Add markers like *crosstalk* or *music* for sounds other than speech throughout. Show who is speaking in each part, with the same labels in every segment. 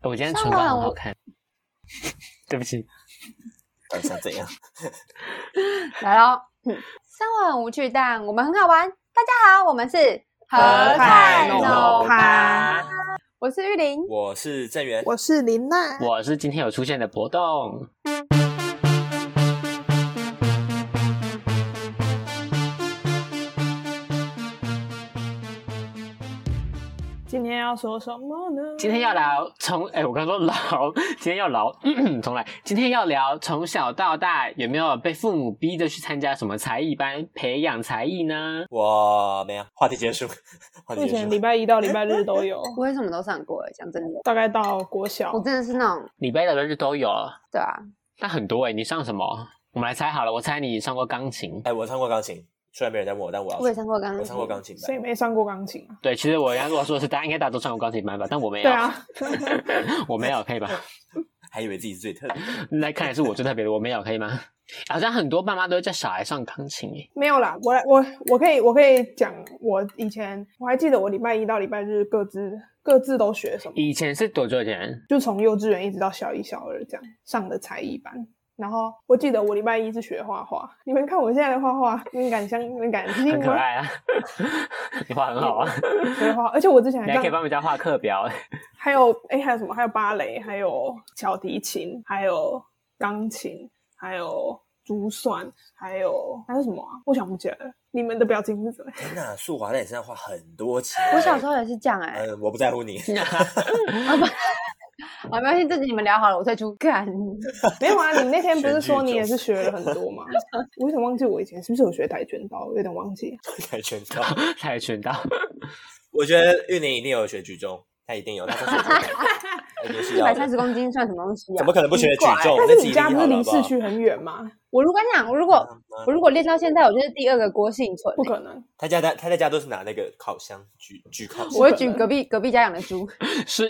Speaker 1: 哎我今天
Speaker 2: 上
Speaker 1: 唇膏
Speaker 2: 班
Speaker 1: 很好
Speaker 2: 我
Speaker 1: 看， *laughs* 对不起，
Speaker 3: 到底想
Speaker 2: *laughs*
Speaker 3: 怎样？
Speaker 2: 来喽，嗯，三碗无趣蛋，我们很好玩。大家好，我们是
Speaker 3: 和泰
Speaker 1: 弄
Speaker 2: 农
Speaker 3: 农
Speaker 2: 吧，我是玉玲。
Speaker 3: 我是郑源，
Speaker 4: 我是林娜，
Speaker 1: 我是今天有出现的博动。
Speaker 4: 今天要说什么呢？
Speaker 1: 今天要聊从哎、我刚说聊，今天要聊，嗯重来。今天要聊从小到大有没有被父母逼着去参加什么才艺班培养才艺呢？
Speaker 3: 我没有话题结束，话题
Speaker 4: 目
Speaker 3: 结
Speaker 4: 前
Speaker 3: 束
Speaker 4: 礼。拜一到礼拜日都有，
Speaker 1: *laughs*
Speaker 2: 我为什么都上过？欸讲真的，
Speaker 4: 大概到国小
Speaker 2: 我，真的是那种
Speaker 1: 礼拜六日都有，
Speaker 2: 对啊，
Speaker 1: 那很多哎、你上什么？我们来猜好了，我猜你上过钢琴。
Speaker 3: 哎，我唱过钢琴，虽然没人在问我，但我要
Speaker 2: 我也上过钢
Speaker 3: 我上过
Speaker 2: 琴，
Speaker 3: 钢琴
Speaker 4: 谁
Speaker 3: 班。
Speaker 4: 没上过钢琴啊？
Speaker 1: 对，其实我刚刚我说的是大家应该大家都上过钢琴班吧，但我没有，
Speaker 4: 对啊，
Speaker 1: *laughs* 我没有，可以吧？
Speaker 3: 还以为自己是最特别的。
Speaker 1: 那看来是我最特别的，我没有，可以吗？ *laughs* 好像很多爸妈都会叫小孩上钢琴诶，
Speaker 4: 没有啦，我来我我可以我可以讲，我以前我还记得我礼拜一到礼拜日各自各自都学什么，
Speaker 1: 以前是多久以前？
Speaker 4: 就从幼稚园一直到小一、小二这样上的才艺班。然后我记得我礼拜一是学画画，你们看我现在的画画，你们敢相你们敢信
Speaker 1: 很可
Speaker 4: 吗？
Speaker 1: 爱啊， *laughs* 你画很好啊，
Speaker 4: 学画，而且我之前
Speaker 1: 你
Speaker 4: 还
Speaker 1: 还可以
Speaker 4: 上
Speaker 1: 帮人家画课表欸。
Speaker 4: 还有哎，还有什么？还有芭蕾，还有小提琴，还有钢琴，还有珠算，还有还有什么啊？我想不起来了。你们的表情是怎么 *laughs* 样？
Speaker 3: 天哪，素华在你身上花很多钱。
Speaker 2: 我小时候也是这样哎、
Speaker 3: 嗯，我不在乎你。
Speaker 1: *laughs*
Speaker 2: 好，没关系，这集你们聊好了，我退出。干，
Speaker 4: 没有啊，你那天不是说
Speaker 3: 全剧终
Speaker 4: 你也是学了很多吗？我有点忘记我以前是不是有学跆拳道，有点忘记。
Speaker 3: 跆拳道，
Speaker 1: 跆拳道，
Speaker 3: 我觉得玉宁一定有学举重，他一定有，他上学
Speaker 2: *laughs*
Speaker 3: 举重，那一定是
Speaker 2: 一
Speaker 3: 要
Speaker 2: 百
Speaker 3: 的
Speaker 2: 三。十公斤算什么东西啊？
Speaker 3: 怎么可能不学举重？
Speaker 4: 但
Speaker 3: 那
Speaker 4: 是
Speaker 3: 几
Speaker 4: 你
Speaker 3: 力好
Speaker 4: 家不是
Speaker 3: 了
Speaker 4: 离
Speaker 3: 好不好
Speaker 4: 市区很远吗？
Speaker 2: 我如果跟你讲，我如
Speaker 3: 嗯
Speaker 2: 果我如果练到现在，我就是第二个郭幸存
Speaker 4: 不
Speaker 2: 欸、
Speaker 4: 可
Speaker 3: *laughs*
Speaker 4: 能，
Speaker 3: 他家他他在家都是拿那个烤箱举举烤箱
Speaker 2: *laughs* 我。会举隔壁隔壁家养的猪，
Speaker 1: 是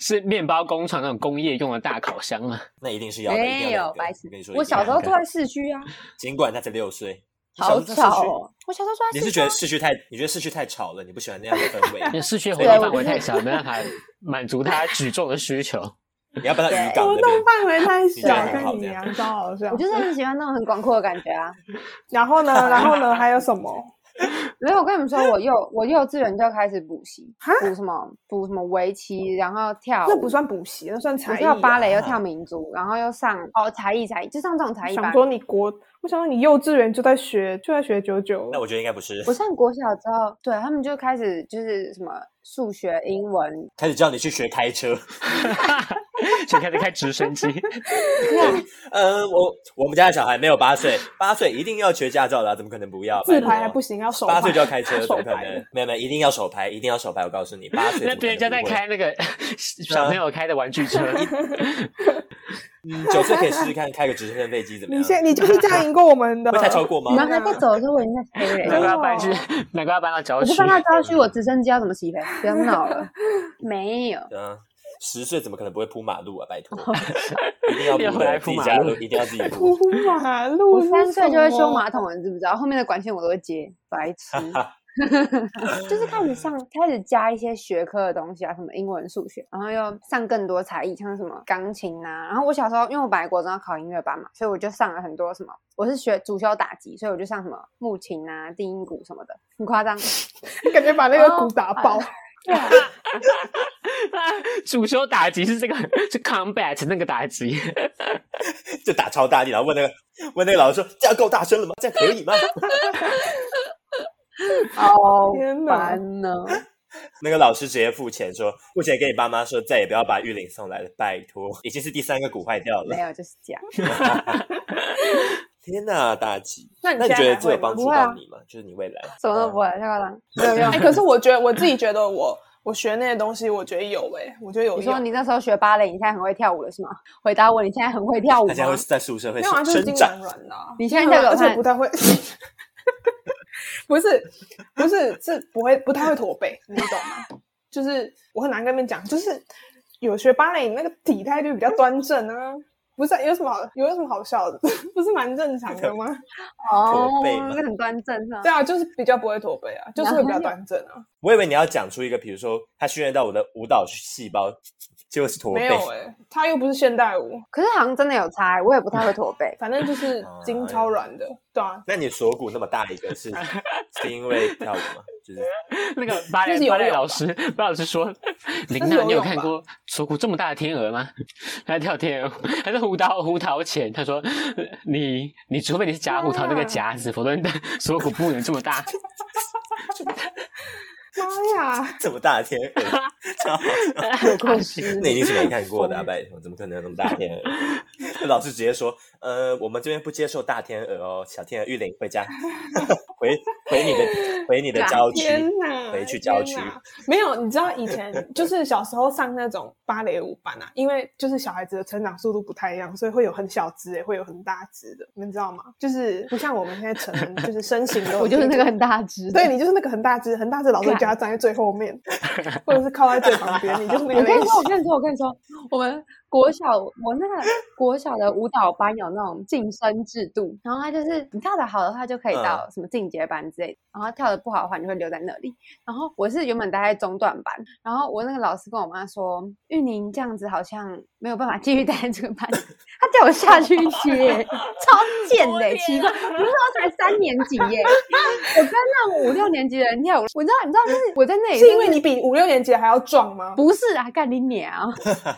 Speaker 1: 是面包工厂那种工业用的大烤箱啊。
Speaker 3: 那一定是要的，一定
Speaker 2: 没
Speaker 3: 要
Speaker 2: 有
Speaker 3: 两个
Speaker 2: 白
Speaker 3: 我
Speaker 2: 痴
Speaker 3: 跟你说，，
Speaker 2: 我小时候
Speaker 1: 两个
Speaker 2: 住在市区啊，
Speaker 3: 尽管他才六岁，你
Speaker 2: 好
Speaker 3: 小时候在市
Speaker 2: 吵
Speaker 3: 区啊
Speaker 2: 哦！我小时候住在
Speaker 3: 你
Speaker 2: 市区
Speaker 3: 是觉得
Speaker 2: 啊
Speaker 3: 市区太，你觉得市区太吵了，你不喜欢那样的氛
Speaker 1: 因为
Speaker 3: 围，
Speaker 1: 市区活
Speaker 3: 对
Speaker 1: 动
Speaker 2: 我
Speaker 1: 范围
Speaker 2: 就是
Speaker 1: 太小，没办法满足他举重的需求。
Speaker 3: 你要搬到渔港
Speaker 4: 活
Speaker 3: 那
Speaker 4: 动
Speaker 3: 边。
Speaker 4: 范
Speaker 3: *laughs*
Speaker 4: 围太
Speaker 3: 你这样
Speaker 4: 小，
Speaker 3: 很好
Speaker 4: 跟你
Speaker 3: 这样
Speaker 4: 娘超好笑
Speaker 2: 我。就是很喜欢那种很广阔的感觉啊。
Speaker 4: 然后
Speaker 3: *laughs*
Speaker 4: 呢，然后呢，还有什么？
Speaker 2: 没有，我跟你们说，我幼我幼稚园就开始补习，补什么补什么围棋，然后跳舞，
Speaker 4: 那不算补习，那算
Speaker 2: 我
Speaker 4: 才艺啊。
Speaker 2: 跳芭蕾又跳民族，然后又上哦才艺才艺，就上这种才艺
Speaker 4: 想
Speaker 2: 班。
Speaker 4: 说你国，我想说你幼稚园就在学，就在学九九
Speaker 3: 那。我觉得应该不是
Speaker 2: 我，上国小之后，对他们就开始就是什么数学、英文，
Speaker 3: 开始叫你去学开车。
Speaker 1: 就开始开直升机，
Speaker 3: 嗯，我我们家的小孩没有八岁，八岁一定要学驾照的啊、怎么可能不要？
Speaker 4: 自拍还
Speaker 3: 拜托
Speaker 4: 不，行，要手
Speaker 3: 八岁就要开
Speaker 4: 牌
Speaker 3: 车，
Speaker 4: 要
Speaker 3: 怎
Speaker 4: 手
Speaker 3: 么可
Speaker 4: 牌
Speaker 3: 能？没有没有，一定要手牌，一定要手牌。我告诉你，八岁
Speaker 1: 那别人家在开，那个小朋友开的玩具车，
Speaker 3: 九岁可以试试看开个直升飞机怎么
Speaker 4: 你
Speaker 3: 样？
Speaker 4: 现你就是这样赢过我们的
Speaker 3: *laughs* 会，太超过
Speaker 2: 你
Speaker 3: 吗？
Speaker 2: 们还在走的时候，我已经在飞
Speaker 1: 难怪
Speaker 2: 了欸。
Speaker 1: 要搬去，难怪要搬到郊
Speaker 2: 我
Speaker 1: 区
Speaker 2: 就。搬到郊区，我直升机要怎么起飞？不要闹
Speaker 4: *laughs*
Speaker 2: 了，没有。
Speaker 3: 嗯，十岁怎么可能不会铺马路啊？拜托，一定要
Speaker 1: 又
Speaker 3: 铺
Speaker 1: 回哦来
Speaker 3: 的，
Speaker 1: 铺
Speaker 3: 自己
Speaker 1: 马
Speaker 3: 家
Speaker 1: 路
Speaker 3: 路一定要自己铺。
Speaker 4: 铺 *laughs* 马路。
Speaker 2: 我三岁就会修，马桶了，你知不知道？后面的管线我都会接，白痴。 *laughs* 就是开始上，开始加一些学科的东西啊，什么英文、数学，然后又上更多才艺，像什么钢琴啊。然后我小时候，因为我本来国中要考音乐班嘛，所以我就上了很多什么，我是学主修打击，所以我就上什么木琴啊、定音鼓什么的，很夸 *laughs* 张。
Speaker 4: *laughs* 感觉把那个鼓打
Speaker 2: 哦
Speaker 4: 爆。
Speaker 1: *laughs* 主修打击是这个， *laughs* 是 combat 那个打击， *laughs*
Speaker 3: 就打超大力，然后问那个问那个老师说：“这样够大声了吗？这样可以
Speaker 4: *laughs*
Speaker 3: 吗
Speaker 2: 好
Speaker 4: 天哪
Speaker 2: 哦烦呢！？”
Speaker 3: 那个老师直接付钱说：“付钱给你爸妈说，再也不要把玉玲送来了，拜托，已经是第三个鼓坏掉
Speaker 2: 没
Speaker 3: 了。
Speaker 2: 有，就是这样。”
Speaker 3: 天哪，大吉！
Speaker 4: 那
Speaker 3: 那你觉得这有帮
Speaker 2: 不
Speaker 3: 助
Speaker 2: 会啊
Speaker 3: 到你吗？就是你未来
Speaker 2: 什么都不会，太夸张，没有用
Speaker 4: 哎，。可是我觉得我自己觉得我我学那些东西，我觉得有哎，我觉得有
Speaker 2: 你说
Speaker 4: 用。
Speaker 2: 你那时候学芭蕾，你现在很会跳舞了是吗？回答我，你现在很会跳舞
Speaker 3: 大家会
Speaker 2: 吗？
Speaker 3: 在宿舍会
Speaker 4: 没有啊，就是
Speaker 3: 生
Speaker 4: 金
Speaker 3: 长
Speaker 4: 软软的啊。
Speaker 2: 你现在在给我
Speaker 4: 而且
Speaker 2: 看
Speaker 4: 不，太会， *laughs* 不是不是是不会不太会驼背，你懂吗？就是我很难跟你们讲，就是有学芭蕾，你那个体态就比较端正啊，不是有什么好有什么好笑的？ *laughs* 不是蛮正常
Speaker 2: *laughs*
Speaker 4: 的吗？
Speaker 2: 哦
Speaker 3: 驼背嘛，
Speaker 2: 这很端正啊
Speaker 4: 对。啊，就是比较不会驼背啊，就是会比较端正啊。
Speaker 3: 我以为你要讲出一个，比如说他训练到我的舞蹈细胞结果是驼
Speaker 4: 没
Speaker 3: 背
Speaker 4: 有。哎、它又不是现代舞，。
Speaker 2: 可是好像真的有差欸，我也不太会驼背
Speaker 4: *laughs* 反正
Speaker 3: 哎
Speaker 4: 就是筋超软的，对啊，
Speaker 3: 那你锁骨那么大一个
Speaker 4: *laughs*
Speaker 3: 是是因为跳舞吗？就是
Speaker 1: 那个芭
Speaker 4: 那
Speaker 1: 蕾
Speaker 4: 是游
Speaker 1: 芭蕾
Speaker 4: 泳
Speaker 1: 老师，芭蕾老师
Speaker 4: *laughs*
Speaker 1: 说：“林
Speaker 4: 那是
Speaker 1: 娜，
Speaker 4: 游
Speaker 1: 你有
Speaker 4: 泳
Speaker 1: 看
Speaker 4: 吧
Speaker 1: 过锁骨这么大的天鹅吗？ *laughs* 还跳天鹅， *laughs* 还是胡桃胡桃钳？”他说：“你你除非你是夹胡桃那个夹
Speaker 4: *laughs*
Speaker 1: 子，否则你的锁骨不能这么大。
Speaker 4: 妈呀，
Speaker 3: 这么大的
Speaker 4: *laughs*
Speaker 3: 天鹅，超好笑
Speaker 2: *laughs*
Speaker 3: 那一定是没看过的、啊，拜托，怎么可能有那么大天鹅？ *laughs* 那老师直接说，呃，我们这边不接受大天鹅哦，小天鹅玉玲回家， *laughs* 回回你的回你的郊区，
Speaker 4: 天哪，
Speaker 3: 回去郊区
Speaker 4: 天哪没有，你知道以前就是小时候上那种芭蕾舞班啊，因为就是小孩子的成长速度不太一样，所以会有很小只，也会有很大只的，你们知道吗？就是不像我们现在成人，就是身形都有
Speaker 2: *laughs* 我就是那个
Speaker 4: 进
Speaker 2: 很大只，
Speaker 4: 对，你就是那个很大只、很大只，老师叫他站在最后面，或者是靠在最旁边，你就是那
Speaker 2: *laughs*
Speaker 4: 个
Speaker 2: 我跟
Speaker 4: 类
Speaker 2: 你说，我
Speaker 4: 型。
Speaker 2: 跟你说，我跟你说，我们国小我那个国小的舞蹈班有那种晋升制度，然后他就是你跳的好的话就可以
Speaker 4: 嗯
Speaker 2: 到什么进阶班之类的，然后跳的不好的话你就会留在那里。然后我是原本待在中段班，然后我那个老师跟我妈说，玉宁这样子好像没有办法继续待在这个班， *laughs* 他叫我下去一阶，超贱的、奇怪，我那时候才三年级耶、 *laughs* 我跟那种五六年级的人跳舞，我知道，你知道，就是我在那里
Speaker 4: 哎是
Speaker 2: 就
Speaker 4: 因为你比五六年级还要壮吗？
Speaker 2: 不是啊，干你娘！ *laughs*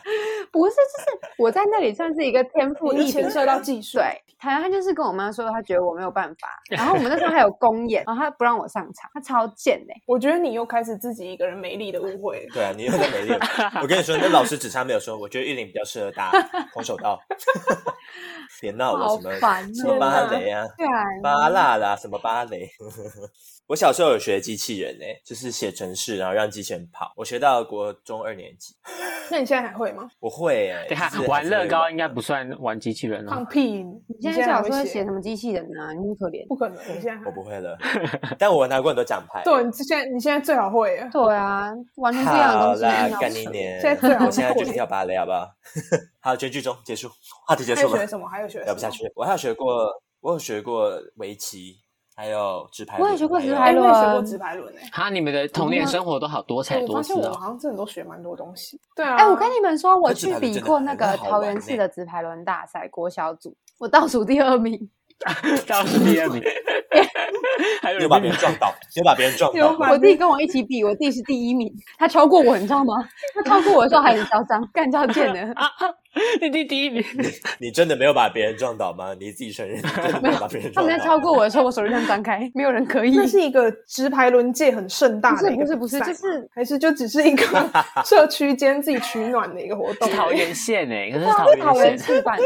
Speaker 2: 不是，就是我在那里算是一个天赋
Speaker 4: 你
Speaker 2: 异
Speaker 4: 牵
Speaker 2: 禀。
Speaker 4: 涉到技术，
Speaker 2: 对，他他就是跟我妈说，他觉得我没有办
Speaker 3: *laughs*
Speaker 2: 法。然后我们那时候还有公演，然后他不让我上场，他超贱嘞、
Speaker 4: 我觉得你又开始自己一个人美丽的误会了。
Speaker 3: 对啊，你又在美丽。我跟你说，那老师只差没有说，我觉得玉玲比较适合打空手道。 *laughs* 别闹了，
Speaker 2: 好
Speaker 3: 什么
Speaker 2: 烦哦
Speaker 3: 什么芭蕾啊，
Speaker 2: 对啊，
Speaker 3: 芭啦啦，什么芭蕾？ *laughs* 我小时候有学机器人呢、就是写程式，然后让机器人跑。我学到国中二年级，
Speaker 4: 那你现在还会吗？
Speaker 3: 我会、欸。
Speaker 1: 对，
Speaker 3: 就
Speaker 4: 啊
Speaker 3: 是还是
Speaker 1: 玩乐
Speaker 3: 会
Speaker 1: 高应该不算玩机器人
Speaker 4: 放
Speaker 1: 哦。
Speaker 4: 屁！
Speaker 2: 你现在
Speaker 4: 在还
Speaker 2: 小
Speaker 4: 会
Speaker 2: 时候
Speaker 4: 写
Speaker 2: 写什么机器人啊？你很可怜。
Speaker 4: 不可能，你现在还
Speaker 3: 我不会 *laughs* 了，但我拿过很多奖牌。
Speaker 4: 对，你现在你现在最好会了。
Speaker 2: 对啊，完全不一样的
Speaker 3: 好
Speaker 2: 东西。
Speaker 3: 啦
Speaker 2: 你，
Speaker 3: 干
Speaker 2: 老
Speaker 3: 你
Speaker 2: 师
Speaker 3: 年！
Speaker 4: 现在最好
Speaker 3: 我现在就去
Speaker 4: 会
Speaker 3: 跳芭蕾，好不 *laughs* 好？好，全剧终结束，话题结
Speaker 4: 还有
Speaker 3: 束
Speaker 4: 学
Speaker 3: 了，
Speaker 4: 什么？还有学什
Speaker 3: 聊不下
Speaker 4: 么？
Speaker 3: 去。我还有学过，我有学过围棋，还有直排
Speaker 2: 我
Speaker 3: 轮，
Speaker 2: 也学过直
Speaker 4: 哎
Speaker 2: 排
Speaker 3: 还有
Speaker 4: 我也学过
Speaker 2: 轮
Speaker 4: 直排轮诶。
Speaker 1: *laughs* 哈，你们的童年生活都好多彩
Speaker 4: 哎我
Speaker 1: 多
Speaker 4: 发
Speaker 1: 姿
Speaker 4: 现我们
Speaker 1: 哦。
Speaker 4: 好像真的都学蛮多东西。对啊，
Speaker 2: 哎、我跟你们说，我
Speaker 3: 那直
Speaker 2: 去
Speaker 3: 排轮
Speaker 2: 比
Speaker 3: 真的
Speaker 2: 过
Speaker 3: 很
Speaker 2: 那个
Speaker 3: 好
Speaker 2: 桃
Speaker 3: 玩
Speaker 2: 园
Speaker 3: 呢
Speaker 2: 市的直排轮大赛国小组，我倒数第二名。
Speaker 1: *laughs* 倒数第二
Speaker 4: *laughs*
Speaker 1: 名，还有
Speaker 3: *laughs* 又
Speaker 1: 人
Speaker 3: 把
Speaker 1: 比
Speaker 3: 别
Speaker 1: 你
Speaker 3: 人撞倒，又把别
Speaker 2: *laughs*
Speaker 3: 人撞
Speaker 4: 又把
Speaker 3: 倒。
Speaker 2: 我弟跟我一起比，我弟是第一名，他超过我，你知道吗？他超过我的时候还很嚣张，干叫贱 *laughs* 的。
Speaker 1: 啊啊，你第第一
Speaker 4: *laughs*
Speaker 1: 名，
Speaker 3: 你真的没有把别人撞倒吗？你自己承认，你真的没有把别人
Speaker 2: *laughs* 他
Speaker 3: 撞
Speaker 2: 们在超
Speaker 3: 倒。
Speaker 2: 过我的时候，我手就这样张开，没有人可以。
Speaker 4: 那是一个直排轮界很盛大的一
Speaker 2: 不
Speaker 4: 个
Speaker 2: 是不是
Speaker 4: 比赛
Speaker 2: 不是就是
Speaker 4: 吗还是就只是一个 *laughs* 社区间自己取暖的一个活
Speaker 1: *laughs*
Speaker 4: 动。
Speaker 1: 桃园县哎，可是
Speaker 2: 对啊
Speaker 1: 桃
Speaker 2: 是桃园
Speaker 1: 园县，
Speaker 2: *laughs* 市办，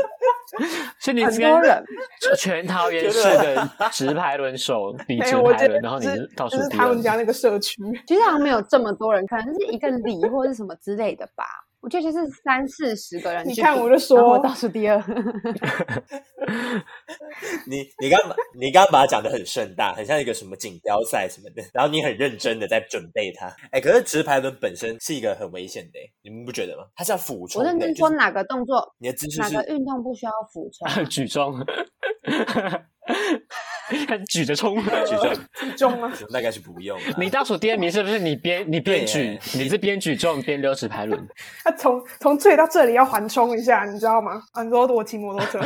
Speaker 1: 所以你
Speaker 2: 很
Speaker 1: 跟
Speaker 2: 多 *laughs* 人。
Speaker 4: *laughs*
Speaker 1: 全桃园市的直排轮手比
Speaker 4: 没
Speaker 1: 直
Speaker 4: 有，哎我
Speaker 1: 排
Speaker 4: 觉
Speaker 1: 轮，
Speaker 4: 得
Speaker 1: 然后你
Speaker 4: 就是
Speaker 1: 倒数
Speaker 4: 就是
Speaker 1: 第
Speaker 4: 他
Speaker 1: 二
Speaker 4: 们
Speaker 1: 名。，
Speaker 4: 家那个社区，
Speaker 2: 其实好像没有这么多人，可能是一个礼或是什么之类的吧。我觉得就是三四十个人去
Speaker 4: 你
Speaker 2: 比，
Speaker 4: 看我就说
Speaker 2: 然后我倒数 *laughs* 第二。
Speaker 3: 你你刚把你刚把它讲的很盛大，很像一个什么锦标赛什么的，然后你很认真的在准备它。哎，可是直排轮本身是一个很危险的，欸你们不觉得吗？它是要俯冲
Speaker 2: 我
Speaker 3: 的，欸
Speaker 2: 认真
Speaker 3: 就
Speaker 2: 说
Speaker 3: 是
Speaker 2: 哪个动作、
Speaker 3: 你的姿势
Speaker 2: 哪
Speaker 3: 是
Speaker 2: 个运动不需要 *laughs* 俯
Speaker 1: *laughs*
Speaker 2: 冲
Speaker 1: 举重，他举着冲。
Speaker 3: 举重，
Speaker 4: 你中吗？
Speaker 3: 那该是不用
Speaker 1: *laughs*
Speaker 3: 啊啦。
Speaker 1: 你倒数第二名是不是？你边你边举，你是边举重边溜直排轮。 *laughs*
Speaker 4: 他从从这里到这里要缓冲一下，你知道吗？啊，你说我骑摩托车，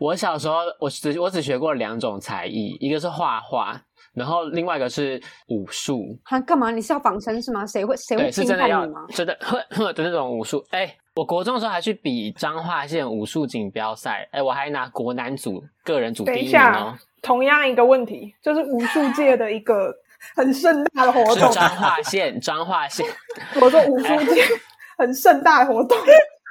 Speaker 1: 我小时候，我只我只学过两种才艺，一个是画画，然后另外一个是武术。
Speaker 2: 他干嘛？你是要防身是吗？谁会谁会
Speaker 1: 对，是
Speaker 2: 侵
Speaker 1: 真的
Speaker 2: 犯
Speaker 1: 要
Speaker 2: 你吗？
Speaker 1: *laughs* 真的的那种武术。哎、我国中的时候还去比彰化县武术锦标赛，哎、我还拿国男组个人组
Speaker 4: 等
Speaker 1: 第
Speaker 4: 一
Speaker 1: 一名哦
Speaker 4: 下。，同样一个问题，就是武术界的一个很盛大的活
Speaker 1: *laughs* 是啊哎
Speaker 4: 动。
Speaker 1: 彰化县，彰化县，
Speaker 4: 我说武术
Speaker 1: *laughs*
Speaker 4: 界很盛大的活动，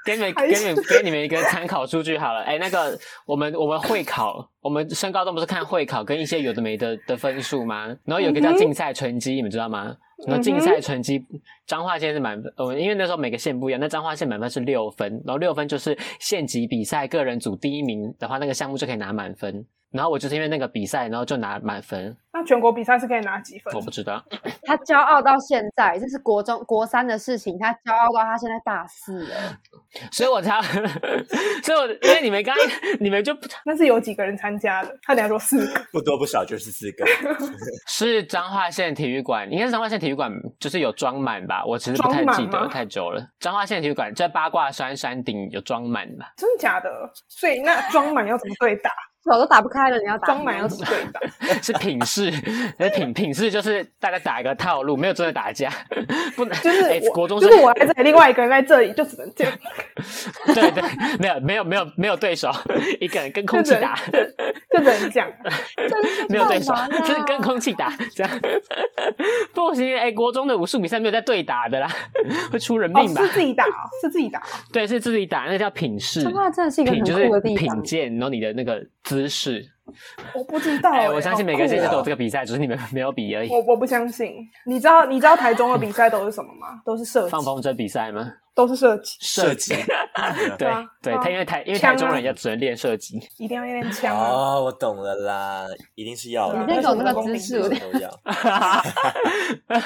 Speaker 1: 给你们
Speaker 4: 还
Speaker 1: 给
Speaker 4: 是
Speaker 1: 你们给你们一个参考数据好了。哎、那个我们我们会考，我们升高中不是看会考跟一些有的没的的分数吗？然后有一个叫
Speaker 4: 嗯哼嗯
Speaker 1: 竞赛成绩，你们知道吗？然后竞赛成绩，彰化县是满分，呃，因为那时候每个县不一样，那彰化县满分是六分，然后六分就是县级比赛个人组第一名的话，那个项目就可以拿满分。然后我就是因为那个比赛，然后就拿满分，
Speaker 4: 那全国比赛是可以拿几分
Speaker 1: 我？不知道。
Speaker 2: 他骄傲到现在，这是国中国三的事情，他骄傲到他现在大四了。
Speaker 1: *laughs* 所以我才要，所以我因为你们刚刚你们就
Speaker 4: 那是有几个人参参加的，他等下说四个，
Speaker 3: 不多不少就是四个。
Speaker 1: 是彰化县体育馆，应该是彰化县体育馆，就是有装满吧？我其实不太
Speaker 4: 装满
Speaker 1: 记得，
Speaker 4: 吗
Speaker 1: 太久了。彰化县体育馆在八卦山山顶有装满吧？
Speaker 4: 真的假的？所以那装满要怎么对打？
Speaker 2: 手都打不开了，你要打
Speaker 4: 装满要怎么对打？
Speaker 1: 是品试， *laughs* 那品品试就是大家打一个套路，没有真的打架，不能
Speaker 4: 就是
Speaker 1: 哎
Speaker 4: 我，
Speaker 1: 国中
Speaker 4: 就
Speaker 1: 生
Speaker 4: 是我还在另外一个人在这里，就只能这样，
Speaker 1: 对对，没有没有没有没有对手，一个人跟空气打，
Speaker 4: 就只
Speaker 1: *laughs*
Speaker 4: 能这样。
Speaker 1: 没有对手
Speaker 2: 干嘛，啦
Speaker 1: 就是跟空气
Speaker 4: *laughs*
Speaker 1: 打，这样不行。哎、国中的武术比赛没有在对打的啦， *laughs* 会出人
Speaker 4: 哦，
Speaker 1: 命吧？
Speaker 4: 是自己打哦，是自己打哦。
Speaker 1: 对，是自己打，那叫品试。
Speaker 2: 彰化真的是一个很
Speaker 1: 品就是
Speaker 2: 酷的地方
Speaker 1: 品鉴，然后你的那个姿势。
Speaker 4: 我不知道
Speaker 1: 哎、
Speaker 4: 欸，
Speaker 1: 我相信
Speaker 4: 好
Speaker 1: 每个
Speaker 4: 酷
Speaker 1: 县市
Speaker 4: 哦
Speaker 1: 都有这个比赛，只是你们没有比而已。
Speaker 4: 我我不相信，你知道你知道台中的比赛都是什么吗？都是射击，
Speaker 1: 放风筝比赛吗？
Speaker 4: 都是射击，
Speaker 3: 射击 *laughs*
Speaker 1: 对
Speaker 4: 啊
Speaker 1: 对，
Speaker 4: 对啊
Speaker 1: 他因为台因为台
Speaker 4: 枪啊
Speaker 1: 中人也只能练射击， *laughs*
Speaker 4: 一定要练枪啊！
Speaker 3: 哦，我懂了啦，一定是要的。
Speaker 4: 你
Speaker 2: 那
Speaker 4: 种
Speaker 2: 种
Speaker 4: 那
Speaker 2: 那
Speaker 4: 个
Speaker 2: 个
Speaker 4: 姿
Speaker 2: 姿
Speaker 4: 势
Speaker 2: 势，
Speaker 4: 有
Speaker 2: 我
Speaker 3: 都要。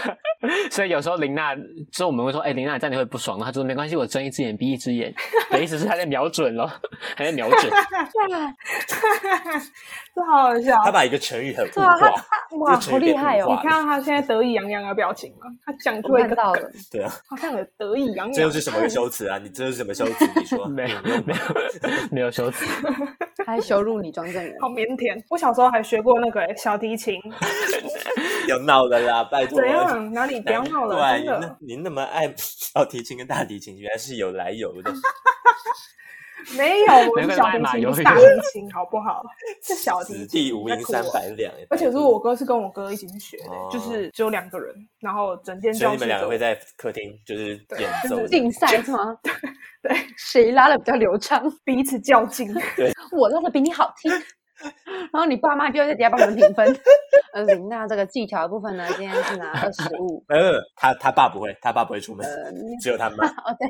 Speaker 1: 所以有时候林娜，之后我们会说，哎、林娜，你这样你会不爽吗？她说没关系，我睁一只眼闭一只眼， *laughs* 的意思是她在瞄准咯，还在瞄准。
Speaker 4: 这好好笑。
Speaker 3: 他把一个成语很物
Speaker 2: 对啊，他
Speaker 3: 化，
Speaker 2: 他哇，
Speaker 3: 这
Speaker 2: 好厉害
Speaker 3: 这
Speaker 4: 你
Speaker 2: 哦！
Speaker 4: 看到他现在得意洋洋的表情吗？他讲出
Speaker 2: 我
Speaker 4: 了一
Speaker 2: 看
Speaker 4: 个
Speaker 2: 到
Speaker 4: 梗，
Speaker 2: 了，
Speaker 3: 对啊，
Speaker 4: 他看了得意洋洋。
Speaker 3: 这又是什么修辞啊？你这又是什么修辞？你说
Speaker 1: *laughs* 没有没有没有羞耻， *laughs*
Speaker 2: 还羞辱你庄正元
Speaker 4: 好，腼腆。我小时候还学过那个欸小提
Speaker 3: *laughs*
Speaker 4: 琴，
Speaker 3: 要闹的啦，拜托
Speaker 4: 怎。样？哪里不要闹了？
Speaker 3: 对，您
Speaker 4: 真的
Speaker 3: 那您那么爱 *laughs* 小提琴跟大提琴，原来是有来由的。
Speaker 4: 没有，我
Speaker 1: 难
Speaker 4: 是
Speaker 1: 怪卖
Speaker 4: 小提
Speaker 1: 马
Speaker 4: 琴，
Speaker 1: 油
Speaker 4: 不是
Speaker 1: 鱼
Speaker 4: 大提琴，好不 *laughs* 好？是小提
Speaker 3: 此
Speaker 4: 琴，
Speaker 3: 地无银三百两，
Speaker 4: 而且是我哥是跟我哥一起去学的，
Speaker 3: 哦
Speaker 4: 就是只有两个人，然后整间
Speaker 3: 所以
Speaker 4: 教
Speaker 3: 你
Speaker 4: 室
Speaker 3: 们两个
Speaker 4: 都
Speaker 3: 会在客厅就是演奏
Speaker 4: 就是
Speaker 2: 竞赛是吗？
Speaker 4: 对，
Speaker 2: 谁拉的比较流畅？
Speaker 4: 彼此较劲。 *laughs*
Speaker 2: 我拉的比你好听。然后你爸妈就会在底下帮我们评分。呃，林娜这个技巧的部分呢，今天是拿二十五。 *laughs*
Speaker 3: 呃，他他爸不会，他爸不会出门，
Speaker 2: 呃，
Speaker 3: 只有他妈，
Speaker 4: *laughs*
Speaker 2: 哦对，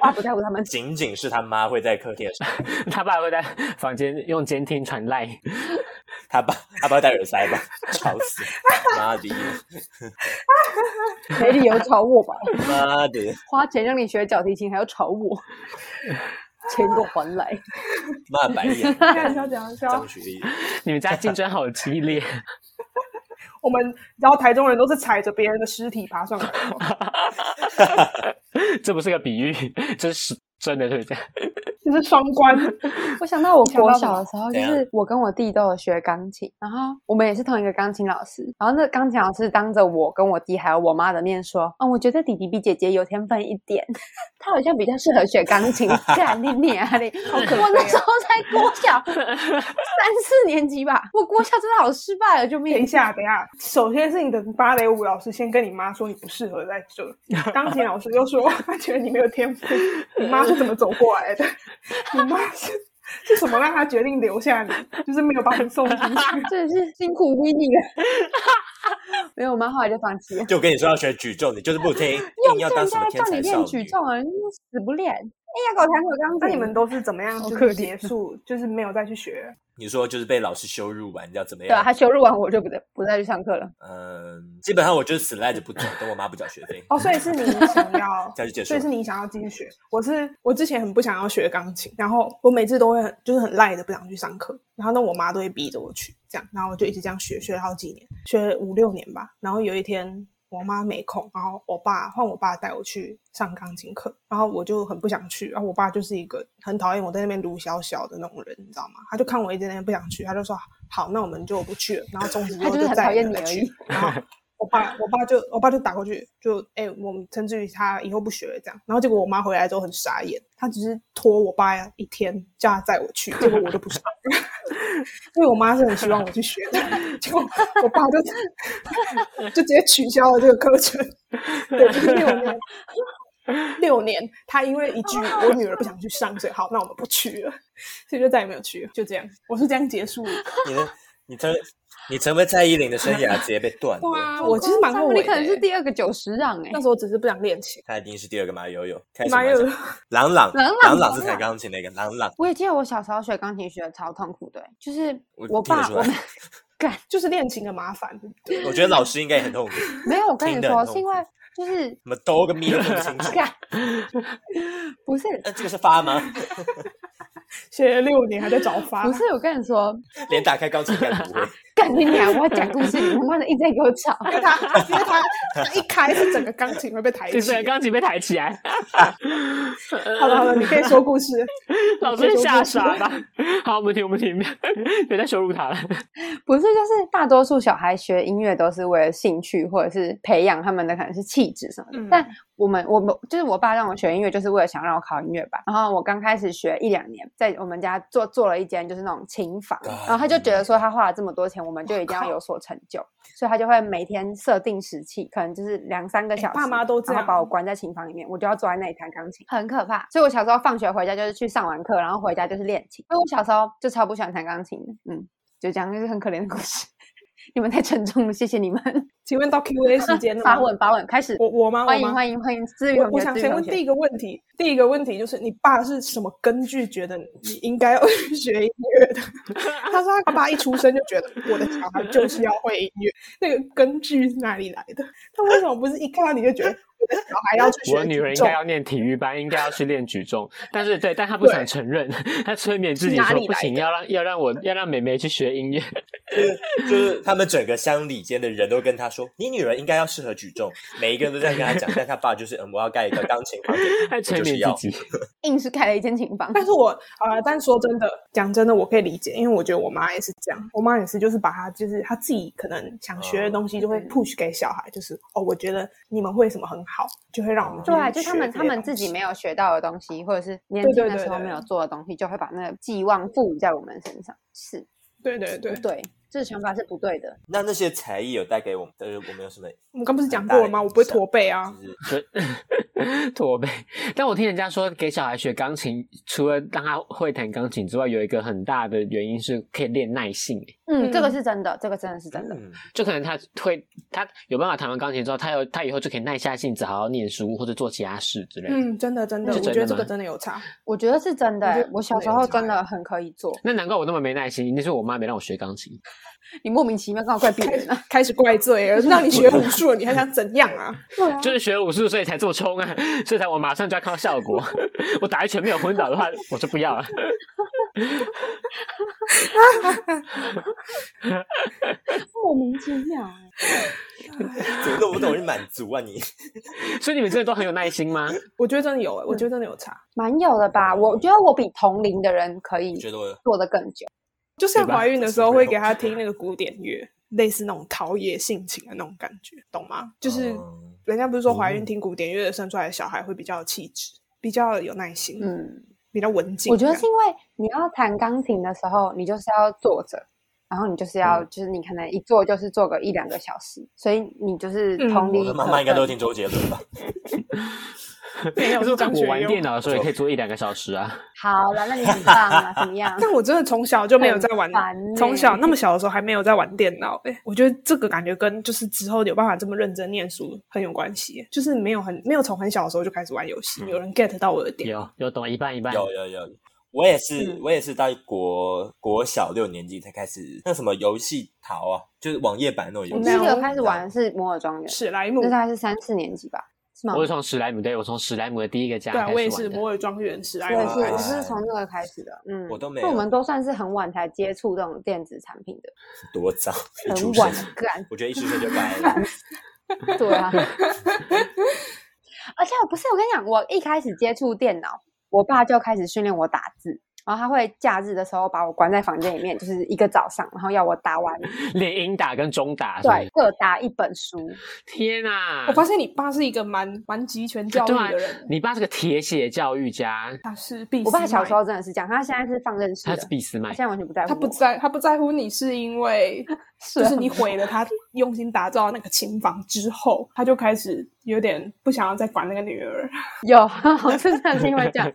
Speaker 2: 爸不在乎他们。
Speaker 3: 仅仅是他妈会在客厅的时候，
Speaker 1: 他爸会在房间用监听传赖，
Speaker 3: 他爸他爸会戴耳塞吧，吵死，妈的，
Speaker 2: 没理由吵我吧？
Speaker 3: 妈的，
Speaker 2: 花钱让你学小提琴，还要吵 *laughs* 我，钱给我还来。
Speaker 3: 骂白眼，
Speaker 4: 看一下讲一下
Speaker 3: 张学义，
Speaker 1: 你们家竞争好激烈。 *laughs*
Speaker 4: 我们然后台中人都是踩着别人的尸体爬上来的，哦
Speaker 3: *laughs*
Speaker 1: 这不是个比喻，这是真的是这样。
Speaker 4: 就是双关。
Speaker 2: *laughs* 我想到我
Speaker 4: 想
Speaker 2: 国
Speaker 4: 到什
Speaker 2: 小
Speaker 4: 么
Speaker 2: 的时候，就
Speaker 3: 怎样
Speaker 2: 是我跟我弟都有学钢琴，然后我们也是同一个钢琴老师，然后那个钢琴老师当着我跟我弟还有我妈的面说：“啊、我觉得弟弟比姐姐有天分一点， *laughs* 他好像比较适合学钢
Speaker 3: *laughs*
Speaker 2: 琴。”干你娘嘞！我那时候才国
Speaker 3: *laughs*
Speaker 2: 小三四年级吧，我国小真的好失败了，啊救
Speaker 4: 等一
Speaker 3: *laughs*
Speaker 2: 命！
Speaker 4: 下，等一下，首先是你的芭蕾舞老师先跟你妈说你不适合在这，钢琴老师又说他觉得你没有天赋，你妈是怎么走过来的？你妈是是什么让她决定留下你？就是没有把你送出去。
Speaker 2: 真的是辛苦 Winnie 了。 *laughs* 没有，我妈后来就放弃了。
Speaker 3: 就我跟你说要学举重，你就是不
Speaker 4: *laughs*
Speaker 3: 听，
Speaker 2: 用
Speaker 3: 硬要当
Speaker 2: 正
Speaker 3: 什么
Speaker 2: 在
Speaker 3: 天
Speaker 2: 叫你
Speaker 3: 才
Speaker 2: 练
Speaker 3: 少
Speaker 2: 举
Speaker 3: 女，
Speaker 2: 重啊，你死不练！哎呀，给我弹会钢琴！
Speaker 4: *laughs* 那你们都是怎么样
Speaker 2: 好
Speaker 4: 就
Speaker 2: 可
Speaker 4: 是
Speaker 2: 怜
Speaker 4: 结束，就是没有再去学？
Speaker 3: 你说就是被老师羞辱完，你要怎么
Speaker 2: 对啊，
Speaker 3: 样？
Speaker 2: 他羞辱完我就不再不再去上课
Speaker 3: *laughs*
Speaker 2: 了。
Speaker 3: 嗯，基本上我就是死赖着不走，等我妈不缴学费，
Speaker 4: 哦，所以是你想要
Speaker 3: 这样就结束
Speaker 4: 所以是
Speaker 3: 了。
Speaker 4: 你想要继续学。我是我之前很不想要学钢琴，然后我每次都会很就是很赖着不想去上课，然后那我妈都会逼着我去，这样，然后我就一直这样学，学了好几年，学了五六年吧。然后有一天我妈没空，然后我爸换我爸带我去上钢琴课，然后我就很不想去，然后我爸就是一个很讨厌我在那边撸小小的那种人，你知道吗？他就看我一直在那边不想去，他就说好，那我们就不去了。然后从此之
Speaker 2: 他
Speaker 4: 后
Speaker 2: 就是很
Speaker 4: 再
Speaker 2: 讨
Speaker 4: 也
Speaker 2: 厌你
Speaker 4: 没有
Speaker 2: 而
Speaker 4: 去
Speaker 2: 已。
Speaker 4: 然后我爸，我爸就我爸就打过去，就哎、我们甚至于他以后不学了这样。然后结果我妈回来之后很傻眼，她只是拖我爸一天，叫他载我去，结果我就不上， *laughs* 因为我妈是很希望我去学的，结果我爸就就直接取消了这个课程，对，就是六年。
Speaker 3: *laughs*
Speaker 4: 六年，他因为一句我女儿不想去上，所以好，那我们不去了，所以就再也没有去了，就这样，我是这样结束的。
Speaker 3: 你的你成你成为蔡依林的生涯直接被断了，
Speaker 4: 哇，我其实蛮后悔的、欸
Speaker 2: 你可能是
Speaker 3: 欸
Speaker 2: 第二个九十让哎
Speaker 4: 那。时候只是不想练琴。
Speaker 3: 她一定是第二个马友友。开什么
Speaker 4: 马
Speaker 3: 玩
Speaker 4: 友
Speaker 3: 笑
Speaker 4: 友
Speaker 3: 朗朗
Speaker 2: 朗
Speaker 3: 朗
Speaker 2: 朗
Speaker 3: 朗是
Speaker 2: 朗
Speaker 3: 弹
Speaker 2: 朗
Speaker 3: 钢琴那个朗朗，
Speaker 2: 我也记得我小时候学钢琴学的超痛苦的欸，就是
Speaker 3: 我
Speaker 2: 我
Speaker 3: 听得
Speaker 2: 爸
Speaker 3: 出
Speaker 2: 我
Speaker 3: 来
Speaker 2: 们干
Speaker 4: 就是练琴的麻烦，对不对？
Speaker 3: 我觉得老师应该也很痛苦，什
Speaker 2: 没有，我跟
Speaker 3: *laughs* 听
Speaker 2: 你
Speaker 3: 得很
Speaker 2: 说
Speaker 3: 痛
Speaker 2: 是因为就是
Speaker 3: *laughs* 么
Speaker 2: *laughs*。
Speaker 3: 哆个咪都分不清楚呃
Speaker 2: 干，不是
Speaker 3: 那这个是发吗？
Speaker 4: 学了六年还在找
Speaker 3: *laughs*
Speaker 4: 发
Speaker 2: 不，是，我跟你说，
Speaker 3: 连打开钢琴杆都不会。
Speaker 2: 干你娘！我要讲故事，你他妈的一直在给我吵。
Speaker 4: 因为他因为他他一开是整个钢琴会被抬
Speaker 1: 就
Speaker 4: 起。
Speaker 1: 是钢琴被抬起来，
Speaker 4: 好了好了，你可以说故事。
Speaker 1: 老
Speaker 4: *laughs*
Speaker 1: 师吓傻吧？好，我们停，我们停，别再羞辱他了。
Speaker 2: 不是，就是大多数小孩学音乐都是为了兴趣，或者是培养他们的可能是气质什么的。
Speaker 4: 嗯
Speaker 2: 但我们我们就是我爸让我学音乐，就是为了想让我考音乐班。然后我刚开始学一两年，在我们家做做了一间就是那种琴房，
Speaker 3: God
Speaker 2: 然后他就觉得说他花了这么多钱，我们就一定要有所成就，所以他就会每天设定时器，可能就是两三个
Speaker 4: 哎
Speaker 2: 小时。
Speaker 4: 爸妈都这
Speaker 2: 然后
Speaker 4: 样
Speaker 2: 把我关在琴房里面，我就要坐在那里弹钢琴，很可怕。所以我小时候放学回家就是去上完课，然后回家就是练琴。所以我小时候就超不喜欢弹钢琴的，嗯，就这样，就是很可怜的故事。 *laughs* 你们太沉重了，谢谢你们。
Speaker 4: 请问到 Q&A 时间了吗
Speaker 2: 呃发？问发问，开始，
Speaker 4: 我我吗？
Speaker 2: 欢
Speaker 4: 我
Speaker 2: 迎
Speaker 4: 吗
Speaker 2: 欢迎欢迎，资源
Speaker 4: 我
Speaker 2: 同
Speaker 4: 我
Speaker 2: 学，
Speaker 4: 想
Speaker 2: 资源
Speaker 4: 先问
Speaker 2: 同
Speaker 4: 第
Speaker 2: 学。
Speaker 4: 一个问题，第一个问题就是你爸是什么根据觉得你应该要学音乐
Speaker 1: *laughs*
Speaker 4: 的？他说他爸一出生就觉得我的小孩就是要会音乐，那个根据是哪里来的？他为什么不是一看到你就觉得我的小孩要去学
Speaker 1: 我女儿
Speaker 4: 举
Speaker 1: 应
Speaker 4: 重
Speaker 1: 该要念体育班，应该要去练举重，但是对，但她不想承认，她催眠自己
Speaker 4: 哪
Speaker 1: 说
Speaker 4: 里
Speaker 1: 不
Speaker 4: 来
Speaker 1: 行，
Speaker 4: 的
Speaker 1: 要让要让我要让妹妹去学音乐。
Speaker 3: 就是他们整个乡里间的人都跟他说，你女儿应该要适合举重，每一个人都这样跟他讲，但他爸就是，嗯，我要盖一个钢琴房给你，
Speaker 1: 还
Speaker 3: 我
Speaker 1: 催
Speaker 3: 就是
Speaker 1: 眠
Speaker 3: 要
Speaker 1: 自己，
Speaker 2: 硬是开了一间琴房，
Speaker 4: 但是我啊、呃但说真的，讲真的，我可以理解，因为我觉得我妈也是这样，我妈也是，就是把她就是她自己可能想学的东西，就会
Speaker 2: 嗯
Speaker 4: push 给小孩，就是哦，我觉得你们会什么很好，就会让我们
Speaker 2: 对啊，
Speaker 4: 去
Speaker 2: 就他
Speaker 4: 学
Speaker 2: 们
Speaker 4: 这
Speaker 2: 他
Speaker 4: 些
Speaker 2: 们
Speaker 4: 东
Speaker 2: 自己
Speaker 4: 西
Speaker 2: 没有学到的东西，或者是年
Speaker 4: 对
Speaker 2: 轻
Speaker 4: 对
Speaker 2: 的
Speaker 4: 对
Speaker 2: 时候
Speaker 4: 对
Speaker 2: 没有做的东西，就会把那个寄望赋予在我们身上，是
Speaker 4: 对对对
Speaker 2: 不，对，这想法是不对的。
Speaker 3: 那那些才艺有带给我们，呃，我们有什么？
Speaker 4: 我们刚不是讲过了吗？我不会驼背啊，
Speaker 3: 就是
Speaker 1: *laughs* 驼背。但我听人家说，给小孩学钢琴，除了让他会弹钢琴之外，有一个很大的原因是可以练耐性、欸
Speaker 2: 嗯，这个
Speaker 4: 嗯
Speaker 2: 是真的，这个真的是真的。
Speaker 3: 嗯，
Speaker 1: 就可能他会，他有办法弹完钢琴之后，他有他以后就可以耐下性子，好好念书或者做其他事之类的。
Speaker 4: 嗯，真的真的，
Speaker 2: 是
Speaker 4: 我
Speaker 1: 真
Speaker 4: 觉
Speaker 1: 的
Speaker 4: 得这个
Speaker 1: 吗
Speaker 4: 真的有差，
Speaker 2: 我觉得是真的
Speaker 4: 我觉
Speaker 2: 欸、
Speaker 4: 得
Speaker 2: 我小
Speaker 4: 真的
Speaker 2: 时
Speaker 4: 有
Speaker 2: 候
Speaker 4: 差
Speaker 2: 真
Speaker 4: 欸
Speaker 2: 的很可以做。
Speaker 1: 那难怪我那么没耐心，那是我妈没让我学钢琴。
Speaker 2: 你莫名其妙刚好怪别人
Speaker 4: *laughs*
Speaker 2: 啊？
Speaker 4: 开始怪罪了，让你学武术了，你还想怎样啊？
Speaker 2: 对啊
Speaker 1: 就是学武术，所以才这么冲啊，所以才我马上就要看到效果。 *laughs* 我打一拳没有昏倒的话，我就不要了。
Speaker 2: 莫名其妙欸。
Speaker 3: 怎么都不懂是满足啊你？
Speaker 1: 所以你们真的都很有耐心吗？
Speaker 4: 我觉得真的有，欸我觉得真的有差，
Speaker 2: *laughs* 蛮有的吧？我觉得我比同龄的人可以
Speaker 3: 我觉得我
Speaker 2: 做的更久。
Speaker 4: 就像
Speaker 1: 对吧
Speaker 4: 怀孕的时候
Speaker 3: 这是
Speaker 4: 会
Speaker 3: 没
Speaker 4: 给
Speaker 3: 有
Speaker 4: 她听那个古典乐，类似那种陶冶性情的那种感觉，懂吗？就是
Speaker 2: 哦
Speaker 3: 嗯
Speaker 4: 人家不是说怀孕
Speaker 3: 嗯
Speaker 4: 听古典乐生出来的小孩会比较有气质，比较有耐心，
Speaker 2: 嗯，
Speaker 4: 比较文静
Speaker 2: 我
Speaker 4: 这
Speaker 2: 觉
Speaker 4: 样。
Speaker 2: 得是因为你要弹钢琴的时候，你就是要坐着，然后你就是要、就是你可能一坐就是坐个一两个小时，所以你就是
Speaker 4: 嗯
Speaker 2: 同
Speaker 3: 我
Speaker 2: 理
Speaker 3: 的
Speaker 2: 可
Speaker 3: 妈妈应该都
Speaker 2: 证。
Speaker 3: 听周杰伦吧？
Speaker 4: *laughs* 没有
Speaker 1: 可是
Speaker 4: 是
Speaker 1: 我
Speaker 4: 张学
Speaker 1: 我玩
Speaker 4: 友
Speaker 1: 电脑的时候也可以做一两个小时啊。
Speaker 2: 好了，那你很棒啊，怎么样？
Speaker 4: 但我真的从 *laughs* 小就没有在
Speaker 2: 很
Speaker 4: 玩
Speaker 2: 烦，
Speaker 4: 从小
Speaker 2: 欸
Speaker 4: 那么小的时候还没有在玩电脑、欸。我觉得这个感觉跟就是之后有办法这么认真念书很有关系欸、就是没有很没有从很小的时候就开始玩游
Speaker 2: 嗯
Speaker 4: 戏。有人 get 到我的点，
Speaker 1: 有有懂一半一半。
Speaker 3: 有有有，我也是
Speaker 2: 嗯，
Speaker 3: 我也是到国国小六年级才开始那什么游戏淘啊，就是网页版那种
Speaker 2: 我
Speaker 3: 游
Speaker 2: 第
Speaker 3: 戏
Speaker 2: 一
Speaker 4: 没有
Speaker 2: 个开始玩的是摩尔庄园，
Speaker 4: 史莱姆
Speaker 2: 那，大概是三四年级吧，是吗？
Speaker 1: 我是从史莱姆，对我从史莱姆的第一个家
Speaker 4: 对、
Speaker 1: 开始
Speaker 4: 啊，
Speaker 1: 玩
Speaker 4: 我也
Speaker 1: 的。
Speaker 4: 是摩尔庄园史莱
Speaker 2: 我也
Speaker 4: 姆
Speaker 2: 是，
Speaker 4: 开
Speaker 2: 我
Speaker 4: 始。
Speaker 2: 是从那个开始的，嗯，
Speaker 3: 我都没
Speaker 2: 那我
Speaker 3: 有
Speaker 2: 们都算是很晚才接触这种电子产品的，
Speaker 3: 多早，一
Speaker 2: 很
Speaker 3: 出
Speaker 2: 晚
Speaker 3: 生，
Speaker 2: 干，
Speaker 3: 我觉得一出生就掰
Speaker 4: *laughs*
Speaker 3: 了。
Speaker 2: 对啊。 *laughs* 而且我不是我跟你讲，我一开始接触电脑，我爸就开始训练我打字，然后他会假日的时候把我关在房间里面，就是一个早上，然后要我打完
Speaker 1: 练英打跟中打。是不
Speaker 2: 对
Speaker 1: 是
Speaker 2: 各打一本书，
Speaker 1: 天哪、
Speaker 4: 我发现你爸是一个蛮蛮集权教
Speaker 1: 对
Speaker 4: 育
Speaker 1: 啊
Speaker 4: 的人，
Speaker 1: 你爸是个铁血教育家，
Speaker 4: 他是必。
Speaker 2: 我爸小时候真的是这样，他现在是放任式
Speaker 1: 他
Speaker 2: 的，
Speaker 1: 是必死
Speaker 2: 他
Speaker 1: 麦 *laughs*
Speaker 2: 现。在完全不在乎
Speaker 4: 他不
Speaker 2: 我
Speaker 4: 在，他不在乎你是因为
Speaker 2: 是
Speaker 4: 就是
Speaker 2: 很
Speaker 4: 你
Speaker 2: 不
Speaker 4: 毁了他用心打造的那个琴房之后，他就开始有点不想要再管那个女儿。
Speaker 2: 有， *laughs* 好像是这样听我讲，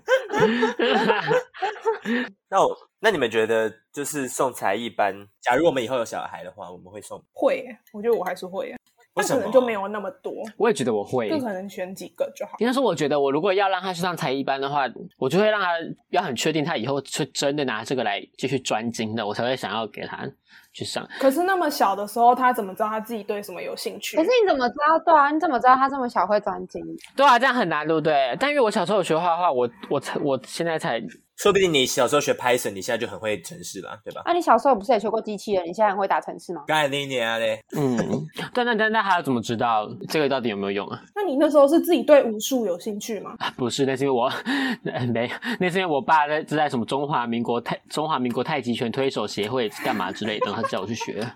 Speaker 3: 那我那你们觉得，就是送才艺班，假如我们以后有小孩的话，我们会送？
Speaker 4: 会耶，我觉得我还是会耶，
Speaker 3: 为
Speaker 4: 但
Speaker 3: 什
Speaker 4: 可
Speaker 3: 么
Speaker 4: 能就没有那么多，
Speaker 1: 我也觉得我会。
Speaker 4: 就可能选几个就好。
Speaker 1: 应该说，我觉得我如果要让他去上才艺班的话，我就会让他要很确定他以后是真的拿这个来继续专精的，我才会想要给他去上。
Speaker 4: 可是那么小的时候，他怎么知道他自己对什么有兴趣？
Speaker 2: 可是你怎么知道？对啊，你怎么知道他这么小会专精？
Speaker 1: 对啊，这样很难，对不对？但因为我小时候有学画画，我我才我现在才
Speaker 3: 说不定你小时候学 Python，你现在就很会程式了，对吧？
Speaker 2: 啊，你小时候不是也学过机器人？你现在很会打程式吗？
Speaker 3: 干你娘嘞！
Speaker 1: 嗯，但那但那还要怎么知道这个到底有没有用啊？ *laughs*
Speaker 4: 那你那时候是自己对武术有兴趣
Speaker 3: 啊
Speaker 4: 吗？
Speaker 1: 不是，那是因为我 *laughs* 没，那是因为我爸在在什么中华民国太中华民国太极拳推手协会干嘛之类的，然后他叫我去学。 *laughs*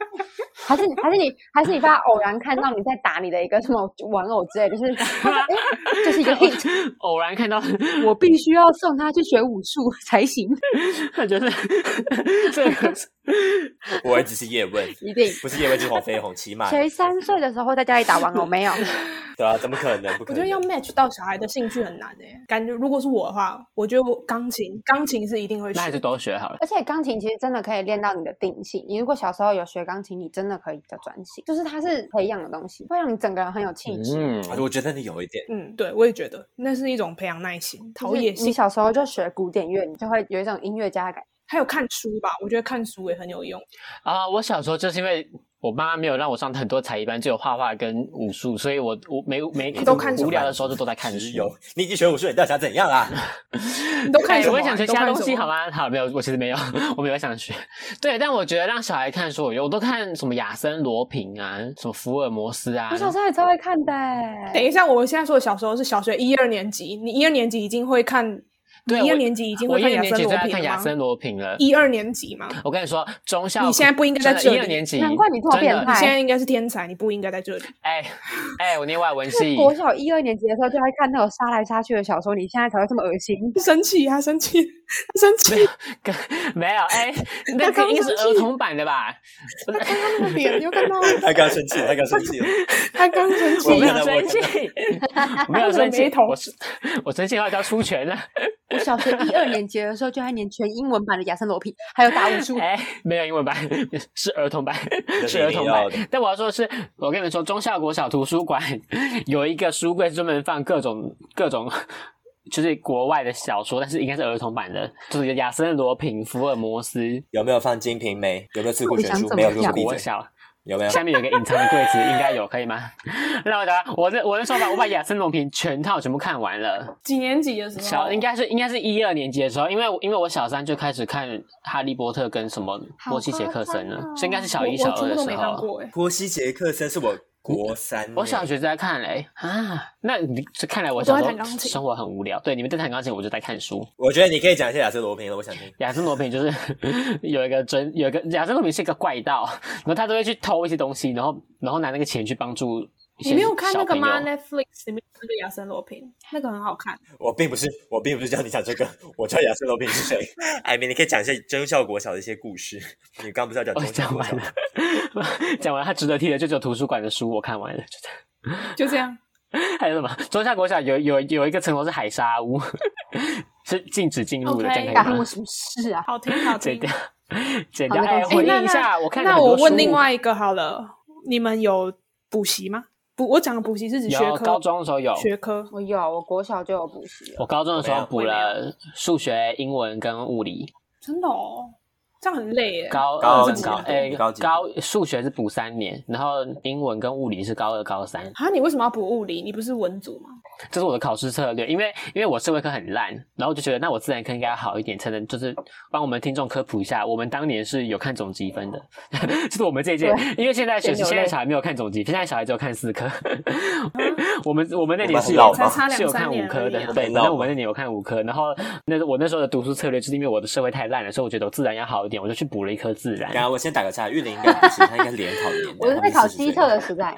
Speaker 2: 还是你还是你还是你爸偶然看到你在打你的一个什么玩偶之类，就是他说哎，就是一个 hit，
Speaker 4: *laughs*
Speaker 1: 偶然看到， *laughs*
Speaker 2: 我必须要送他去学武术才行，
Speaker 1: 他觉得 *laughs* 这个
Speaker 3: 我儿子是叶问，
Speaker 2: 一定。
Speaker 3: 不是叶问就是黄飞鸿，骑
Speaker 4: 哎
Speaker 3: 马
Speaker 2: 谁三岁的时候在家里打
Speaker 4: *laughs*
Speaker 2: 玩偶没有？
Speaker 3: *laughs* 对啊，怎么可能？不可
Speaker 4: 我觉
Speaker 3: 能
Speaker 4: 得要！match 到小孩的兴趣很难诶、感觉如果是我的话，我觉得我钢琴钢琴是一定会
Speaker 1: 那还是
Speaker 4: 学。
Speaker 1: 都学
Speaker 2: *laughs*
Speaker 1: 好了。
Speaker 2: 而且钢琴其实真的可以练到你的定性。你如果小时候有学钢琴，你真的可以比较专心，就是它是培养的东西，会让你整个人很有气质。
Speaker 1: 嗯，
Speaker 3: 啊我觉得你有一点，
Speaker 4: 嗯，对，我也觉得那是一种培养耐心、陶
Speaker 2: 就是
Speaker 4: 冶
Speaker 2: 你
Speaker 4: 性，
Speaker 2: 小时候就学古典乐，你就会有一种音乐家的感觉。
Speaker 4: 还有看书吧。我觉得看书也很有用。
Speaker 1: 啊、我小时候就是因为我妈妈没有让我上很多才艺班，只有画画跟武术，所以我我没没
Speaker 4: 都看什么
Speaker 1: 无聊的时候就都在看
Speaker 3: 只
Speaker 1: 书。
Speaker 3: 有你已经学武术，你到底想怎样啊？
Speaker 1: *laughs*
Speaker 4: *laughs* 你都看
Speaker 1: 哎
Speaker 4: 什么、
Speaker 1: 我
Speaker 4: 啊？
Speaker 1: 也想学
Speaker 4: 你
Speaker 1: 其
Speaker 4: 都
Speaker 1: 他
Speaker 4: 看
Speaker 1: 东
Speaker 4: 什
Speaker 1: 西，
Speaker 4: 么
Speaker 1: 好吗？好，没有，我其实没有， *laughs* 我没有想学。对，但我觉得让小孩看书，我有我都看什么亚森罗平啊，什么福尔摩斯啊
Speaker 2: 我，小时候也超会看的、欸
Speaker 4: 等一下，我们现在说的小时候是小学一二年级，你一二年级已经会看，你
Speaker 1: 对
Speaker 4: 一
Speaker 1: 我
Speaker 4: 二年级已经
Speaker 1: 我
Speaker 4: 会
Speaker 1: 一
Speaker 4: 看
Speaker 1: 二
Speaker 4: 亚
Speaker 1: 年
Speaker 4: 森
Speaker 1: 级就
Speaker 4: 罗
Speaker 1: 在看
Speaker 4: 平
Speaker 1: 亚
Speaker 4: 了吗
Speaker 1: 森？罗平了。
Speaker 4: 一二年级嘛，
Speaker 1: 我跟你说，中校
Speaker 4: 你现在不应该在这
Speaker 1: 一
Speaker 4: 里
Speaker 1: 二年级，
Speaker 2: 难怪你这么
Speaker 1: 真的
Speaker 2: 变
Speaker 4: 你
Speaker 2: 态
Speaker 4: 现在应该是天才，你不应该在这里。 *laughs*
Speaker 1: 哎哎，我念外文
Speaker 2: 是
Speaker 1: 系，
Speaker 2: 国小一二年级的时候就会看那种杀来杀去的小说，你现在才会这么恶
Speaker 3: *laughs*
Speaker 2: 心。
Speaker 4: 生气啊，生气，生气！
Speaker 1: 跟没有哎，那
Speaker 4: 他刚
Speaker 1: 个应该是
Speaker 4: 上去
Speaker 1: 儿童版的吧？
Speaker 4: 他刚刚那个脸，你有看
Speaker 3: *laughs*
Speaker 4: 到吗？
Speaker 3: 他刚生气，他刚生气了。
Speaker 4: 他刚生气
Speaker 1: 我，没
Speaker 3: 看
Speaker 1: 有
Speaker 3: 到我
Speaker 1: 生
Speaker 3: 看
Speaker 1: 气， *laughs* 我没有生气
Speaker 4: 眉头，
Speaker 1: 我是我生气的话就要出拳了。
Speaker 2: 我小学一二年级的时候就在念全英文版的《亚森罗平》，还有打武术。
Speaker 1: 哎，没有英文版，是儿童版，是儿童
Speaker 3: 那
Speaker 1: 版
Speaker 3: 是你要的。
Speaker 1: 但我要说的是，我跟你们说，中校国小图书馆 *laughs* 有一个书柜专门放各种各种。就是国外的小说，但是应该是儿童版的，就是有亚森罗平、福尔摩斯。
Speaker 3: 有没有放《金瓶梅》？有没有《刺
Speaker 2: 到
Speaker 3: 库
Speaker 2: 底
Speaker 3: 全
Speaker 2: 想
Speaker 3: 书》？
Speaker 2: 怎
Speaker 3: 没有
Speaker 2: 么
Speaker 3: 就
Speaker 2: 样
Speaker 3: 闭
Speaker 1: 国
Speaker 3: 嘴。
Speaker 1: 小
Speaker 3: 有没有？
Speaker 1: 下面有个隐藏的柜子，应该有，可以吗？ *laughs* 那我讲，我这我是说吧，我把亚森罗平全套全部看完了。
Speaker 4: 几年级的时候？
Speaker 1: 小应该是应该是一二年级的时候，因为我因为我小三就开始看《哈利波特》跟什么
Speaker 2: 好
Speaker 1: 波西杰克森了，
Speaker 2: 夸张哦
Speaker 1: 所以应该是小
Speaker 4: 我
Speaker 1: 一
Speaker 4: 啊
Speaker 1: 小
Speaker 4: 我
Speaker 1: 二
Speaker 4: 全部
Speaker 1: 的
Speaker 4: 都
Speaker 1: 时
Speaker 4: 没看
Speaker 1: 候。啊
Speaker 4: 过哎。
Speaker 3: 波西·杰克森是我国三，
Speaker 1: 我小学就在看嘞、啊，那你这看来我
Speaker 4: 我都
Speaker 1: 小
Speaker 4: 在
Speaker 1: 时
Speaker 4: 弹
Speaker 1: 候
Speaker 4: 钢琴
Speaker 1: 生活很无聊。对，你们在弹钢琴，我就在看书。
Speaker 3: 我觉得你可以讲一下亚瑟罗平了，我想听。
Speaker 1: 亚森罗平就是 *laughs* 有一个真有一个亚森罗平是一个怪盗，然后他都会去偷一些东西，然后然后拿那个钱去帮助一些
Speaker 4: 你没有看那个
Speaker 1: 小
Speaker 4: 吗
Speaker 1: 朋友
Speaker 4: ？Netflix 里面有那个亚森罗平，那个很好看。
Speaker 3: 我并不是，我并不是叫你讲这个，我知道亚瑟罗平是谁。艾米，你可以讲一下中校国小的一些故事。你刚不是要讲
Speaker 1: *laughs* 我
Speaker 3: 中校
Speaker 1: 讲
Speaker 3: 国
Speaker 1: 完
Speaker 3: 小吗？
Speaker 1: 了， *laughs* 讲完了他值得听的就只有图书馆的书，我看完了，就这样。
Speaker 4: 就这样，
Speaker 1: 还有什么？中下国小有有有一个层楼是海沙屋， *laughs* 是禁止进入的
Speaker 4: OK
Speaker 1: 这样
Speaker 2: 干
Speaker 1: 可以
Speaker 2: 我
Speaker 1: 吗？
Speaker 2: 什么事啊？
Speaker 4: 好听
Speaker 1: *laughs*
Speaker 4: 好
Speaker 1: 剪
Speaker 4: 听。
Speaker 1: 掉， *laughs* 剪
Speaker 2: 好
Speaker 1: 掉。
Speaker 2: 没
Speaker 1: 哎，
Speaker 2: 关系
Speaker 1: 回
Speaker 4: 那
Speaker 1: 应一下，
Speaker 4: 那
Speaker 1: 我看
Speaker 4: 那
Speaker 1: 很多
Speaker 4: 我问
Speaker 1: 书
Speaker 4: 另外一个好了，你们有补习吗？补我讲的补习是指学
Speaker 1: 有
Speaker 4: 科，
Speaker 1: 高中的时候有，
Speaker 4: 学科。
Speaker 2: 我有，我国小就有补习了
Speaker 3: 哦
Speaker 1: 我。高中的时
Speaker 3: 我没
Speaker 1: 候
Speaker 3: 有
Speaker 1: 补了数学、英文跟物理。
Speaker 4: 真的哦，这样很累耶。
Speaker 1: 高
Speaker 3: 高
Speaker 1: 二跟
Speaker 3: 级
Speaker 1: 高哎
Speaker 3: 你高级
Speaker 1: 高数学是补三年，然后英文跟物理是高二高三。
Speaker 4: 啊，你为什么要补物理？你不是文组吗？
Speaker 1: 这是我的考试策略，因为因为我社会科很烂，然后我就觉得那我自然科应该要好一点，才能就是帮我们听众科普一下，我们当年是有看总积分的， *laughs* 就是我们这一届，因为现在学
Speaker 2: 真
Speaker 1: 生
Speaker 2: 有
Speaker 1: 现在
Speaker 2: 泪
Speaker 1: 小孩没有看总积分，现在小孩只有看四科， *laughs* 我们我们那
Speaker 3: 我
Speaker 1: 年
Speaker 3: 们
Speaker 1: 是
Speaker 3: 很
Speaker 1: 有
Speaker 3: 老吗
Speaker 4: 嗯才差
Speaker 1: 是有
Speaker 4: 两三
Speaker 1: 看五
Speaker 4: 年
Speaker 1: 科
Speaker 4: 而已
Speaker 1: 的
Speaker 4: 啊，
Speaker 1: 对，
Speaker 3: 很
Speaker 1: 反
Speaker 3: 老
Speaker 1: 正我
Speaker 3: 吗
Speaker 1: 们那年有看五科，然后那我那时候的读书策略就是因为我的社会太烂了，所以我觉得我自然要好一点，我就去补了一科自然
Speaker 3: 刚。刚我先打个岔，玉林应该不是，他应该联考的年
Speaker 2: 我
Speaker 3: 代。
Speaker 2: 是在考机测的时代，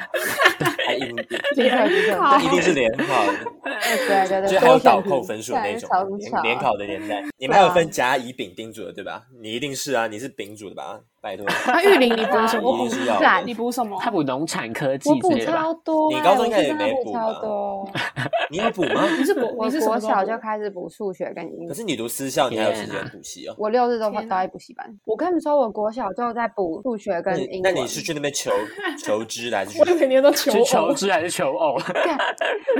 Speaker 3: 哦他一定是40岁，
Speaker 2: 机测机测，
Speaker 4: 好
Speaker 3: 他一定他一定是联考的，
Speaker 2: 对对对，
Speaker 3: 就是还有
Speaker 2: 多选
Speaker 3: 倒
Speaker 2: 题
Speaker 3: 扣分数那
Speaker 2: 对
Speaker 3: 种
Speaker 2: 超级巧
Speaker 3: 联联考的
Speaker 2: *laughs*
Speaker 3: 年代。你们还
Speaker 2: 啊
Speaker 3: 有分甲、乙、丙、丁组的对吧？你一定是啊，你是丙组的吧？拜托，
Speaker 4: 啊，玉林，你补什
Speaker 3: 你
Speaker 4: 么
Speaker 3: 一定？是
Speaker 2: 自
Speaker 3: 要
Speaker 2: 然
Speaker 4: 你
Speaker 3: 的。
Speaker 4: 补什么？
Speaker 1: 他补农产科技
Speaker 2: 我
Speaker 1: 之
Speaker 2: 补
Speaker 1: 类的吧，
Speaker 2: 超多欸，
Speaker 3: 你高中应该
Speaker 2: 我
Speaker 3: 也
Speaker 2: 真的
Speaker 3: 没
Speaker 2: 补
Speaker 3: 补
Speaker 2: 超
Speaker 3: 吧
Speaker 2: 多。
Speaker 3: *laughs* 你要补吗？
Speaker 4: 你是补
Speaker 2: 我
Speaker 4: 你是什么
Speaker 2: 国
Speaker 4: 时候
Speaker 2: 小
Speaker 4: 补
Speaker 2: 就开始补数学跟英
Speaker 3: 可
Speaker 2: 语，
Speaker 3: 是你读私校，你还有时
Speaker 1: 天
Speaker 3: 间
Speaker 1: 啊
Speaker 3: 补习哦。
Speaker 2: 我六日都都
Speaker 4: 天哪
Speaker 2: 在补习班。我跟你们说，我国小就在补数学
Speaker 3: 那
Speaker 2: 跟
Speaker 3: 你
Speaker 2: 英
Speaker 3: 那
Speaker 2: 文。
Speaker 3: 你是去那边求求知的还是去
Speaker 4: 我？每年都求
Speaker 1: 是求
Speaker 4: 偶，
Speaker 1: 知还是求偶？ *laughs*
Speaker 2: 干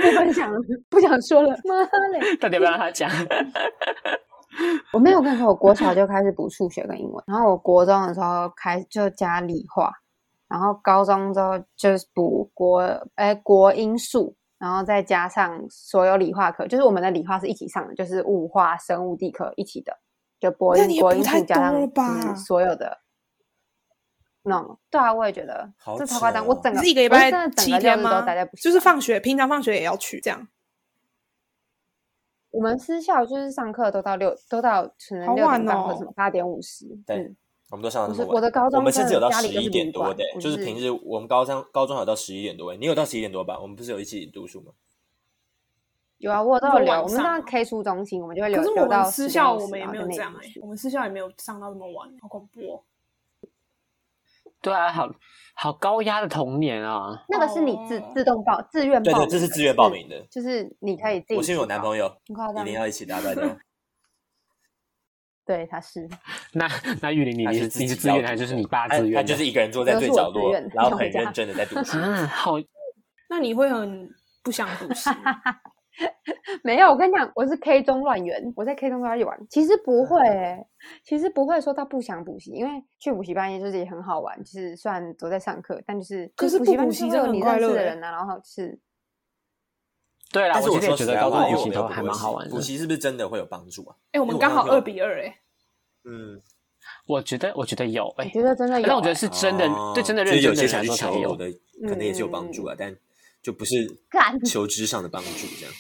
Speaker 2: 不分享了，不想 *laughs* 说了，妈嘞！
Speaker 1: 到底要不要让他讲？
Speaker 2: 我没有
Speaker 4: *laughs*
Speaker 2: 我跟你说，我国小就开始补数学跟英文，然后我国中的时候开就加理化，然后高中之后就是补国哎国英数，然后再加上所有理化课，就是我们的理化是一起上的，就是物化、生物、地科一起的，就播
Speaker 4: 那
Speaker 2: 音
Speaker 4: 你也
Speaker 2: 播
Speaker 4: 不
Speaker 2: 音
Speaker 4: 太
Speaker 2: 数加
Speaker 4: 多
Speaker 2: 上
Speaker 4: 了吧
Speaker 2: 嗯所有的。no，对啊，我也觉得
Speaker 3: 好
Speaker 2: 这超夸张。
Speaker 3: 扯
Speaker 2: 我
Speaker 3: 哦
Speaker 2: 整
Speaker 4: 你
Speaker 2: 个
Speaker 4: 是一个礼
Speaker 2: 我是
Speaker 4: 拜
Speaker 2: 真的整
Speaker 4: 七
Speaker 2: 个六
Speaker 4: 天
Speaker 2: 日都
Speaker 4: 吗
Speaker 2: 待在补？习
Speaker 4: 就是
Speaker 2: 班
Speaker 4: 放学，平常放学也要去这样。
Speaker 2: 我们私校就是上课都到六，都到可能
Speaker 4: 好
Speaker 2: 六
Speaker 4: 晚
Speaker 2: 点半或
Speaker 4: 哦
Speaker 2: 什么八点五十。
Speaker 3: 对
Speaker 2: 嗯，
Speaker 3: 啊我们都上
Speaker 2: 我
Speaker 3: 到那么
Speaker 2: 是
Speaker 3: 晚，
Speaker 2: 我的高中
Speaker 3: 我们甚至有到
Speaker 2: 真的
Speaker 3: 十
Speaker 2: 家里都是
Speaker 3: 一点多的
Speaker 2: 旅，馆
Speaker 3: 就是
Speaker 2: 我是
Speaker 3: 平时我们高三高中有到十一点多，你有到十一点多吧？我们不是有一起读书吗？
Speaker 2: 有啊，我有
Speaker 4: 那
Speaker 2: 都有
Speaker 4: 晚
Speaker 2: 留。我们
Speaker 4: 上
Speaker 2: 到
Speaker 4: 啊
Speaker 2: K 书中心，我们就会留。
Speaker 4: 可是我
Speaker 2: 留到
Speaker 4: 们私
Speaker 2: 10点
Speaker 4: 校我
Speaker 2: 50
Speaker 4: 们也
Speaker 2: 然后
Speaker 4: 没有
Speaker 2: 就
Speaker 4: 这
Speaker 2: 内
Speaker 4: 样
Speaker 2: 部
Speaker 4: 哎、
Speaker 2: 去
Speaker 4: 我们私校也没有上到那么晚，好恐怖哦！
Speaker 1: 对啊，好好高压的童年啊！ *laughs*
Speaker 2: 那个是你自自动报自愿
Speaker 3: 对
Speaker 2: 报
Speaker 3: 对，
Speaker 2: 名
Speaker 3: 这是
Speaker 2: 的
Speaker 3: 自愿报，名的。
Speaker 2: 就是就是你可以自己。
Speaker 3: 我是因为我男朋
Speaker 2: 友，
Speaker 3: 友
Speaker 2: 很夸
Speaker 3: 一
Speaker 2: 张
Speaker 3: 定。要一起打败的，啊
Speaker 2: 对，他是
Speaker 1: 那那玉玲，你
Speaker 3: 他
Speaker 1: 你
Speaker 3: 是
Speaker 1: 是你是自
Speaker 3: 己要
Speaker 1: 愿的，
Speaker 3: 读
Speaker 1: 还是就是
Speaker 3: 的
Speaker 1: 你爸
Speaker 3: 他
Speaker 1: 自愿的？
Speaker 3: 他就是一个人坐在
Speaker 2: 都
Speaker 3: 最
Speaker 2: 是我
Speaker 3: 角
Speaker 2: 自
Speaker 3: 落
Speaker 2: 愿的，
Speaker 3: 然后
Speaker 2: 我
Speaker 3: 很
Speaker 2: 家
Speaker 3: 认真的在读
Speaker 2: *laughs*
Speaker 3: 书。
Speaker 1: 啊，好
Speaker 4: 那你会很不想补习吗？
Speaker 2: *laughs* 没有。我跟你讲，我是 K 中乱源，我在 K 中乱源。其实不会、欸，其实不会说到不想补习，因为去补习班也就是也很好玩，就是虽然都在上课，但就是
Speaker 4: 可
Speaker 2: 就是补
Speaker 4: 不
Speaker 2: 习班
Speaker 4: 补
Speaker 2: 就是
Speaker 4: 习
Speaker 2: 会
Speaker 4: 真
Speaker 2: 有
Speaker 4: 的很
Speaker 2: 你
Speaker 4: 快
Speaker 2: 认识
Speaker 4: 乐
Speaker 2: 的
Speaker 4: 欸
Speaker 2: 人啊，然后是
Speaker 1: 对啦，
Speaker 3: 但
Speaker 1: 我
Speaker 3: 是
Speaker 1: 其
Speaker 3: 我
Speaker 1: 实也
Speaker 3: 说
Speaker 1: 觉
Speaker 3: 实
Speaker 1: 得
Speaker 3: 在
Speaker 1: 高
Speaker 3: 话，
Speaker 1: 中补
Speaker 3: 因为我
Speaker 1: 习
Speaker 3: 没有
Speaker 1: 都
Speaker 3: 读
Speaker 1: 还
Speaker 3: 过
Speaker 1: 蛮
Speaker 3: 戏
Speaker 1: 好玩的
Speaker 3: 补。习是不是真的会有帮助啊？
Speaker 4: 哎、我们
Speaker 3: 因为
Speaker 4: 刚好
Speaker 3: 那天有
Speaker 4: 二比二哎、
Speaker 3: 嗯，
Speaker 1: 我觉得我觉得有
Speaker 2: 我
Speaker 1: 哎、
Speaker 2: 觉得真的有、欸。
Speaker 1: 但我觉得是真的，对真的
Speaker 3: 哦就
Speaker 1: 认
Speaker 3: 是
Speaker 1: 真
Speaker 3: 有
Speaker 1: 的
Speaker 3: 些
Speaker 1: 人
Speaker 3: 想
Speaker 1: 来
Speaker 3: 去
Speaker 1: 说才
Speaker 3: 求
Speaker 1: 有
Speaker 3: 偶。的，可能也是有帮助啊，但就不是
Speaker 2: 干
Speaker 3: 求知上的帮助这样。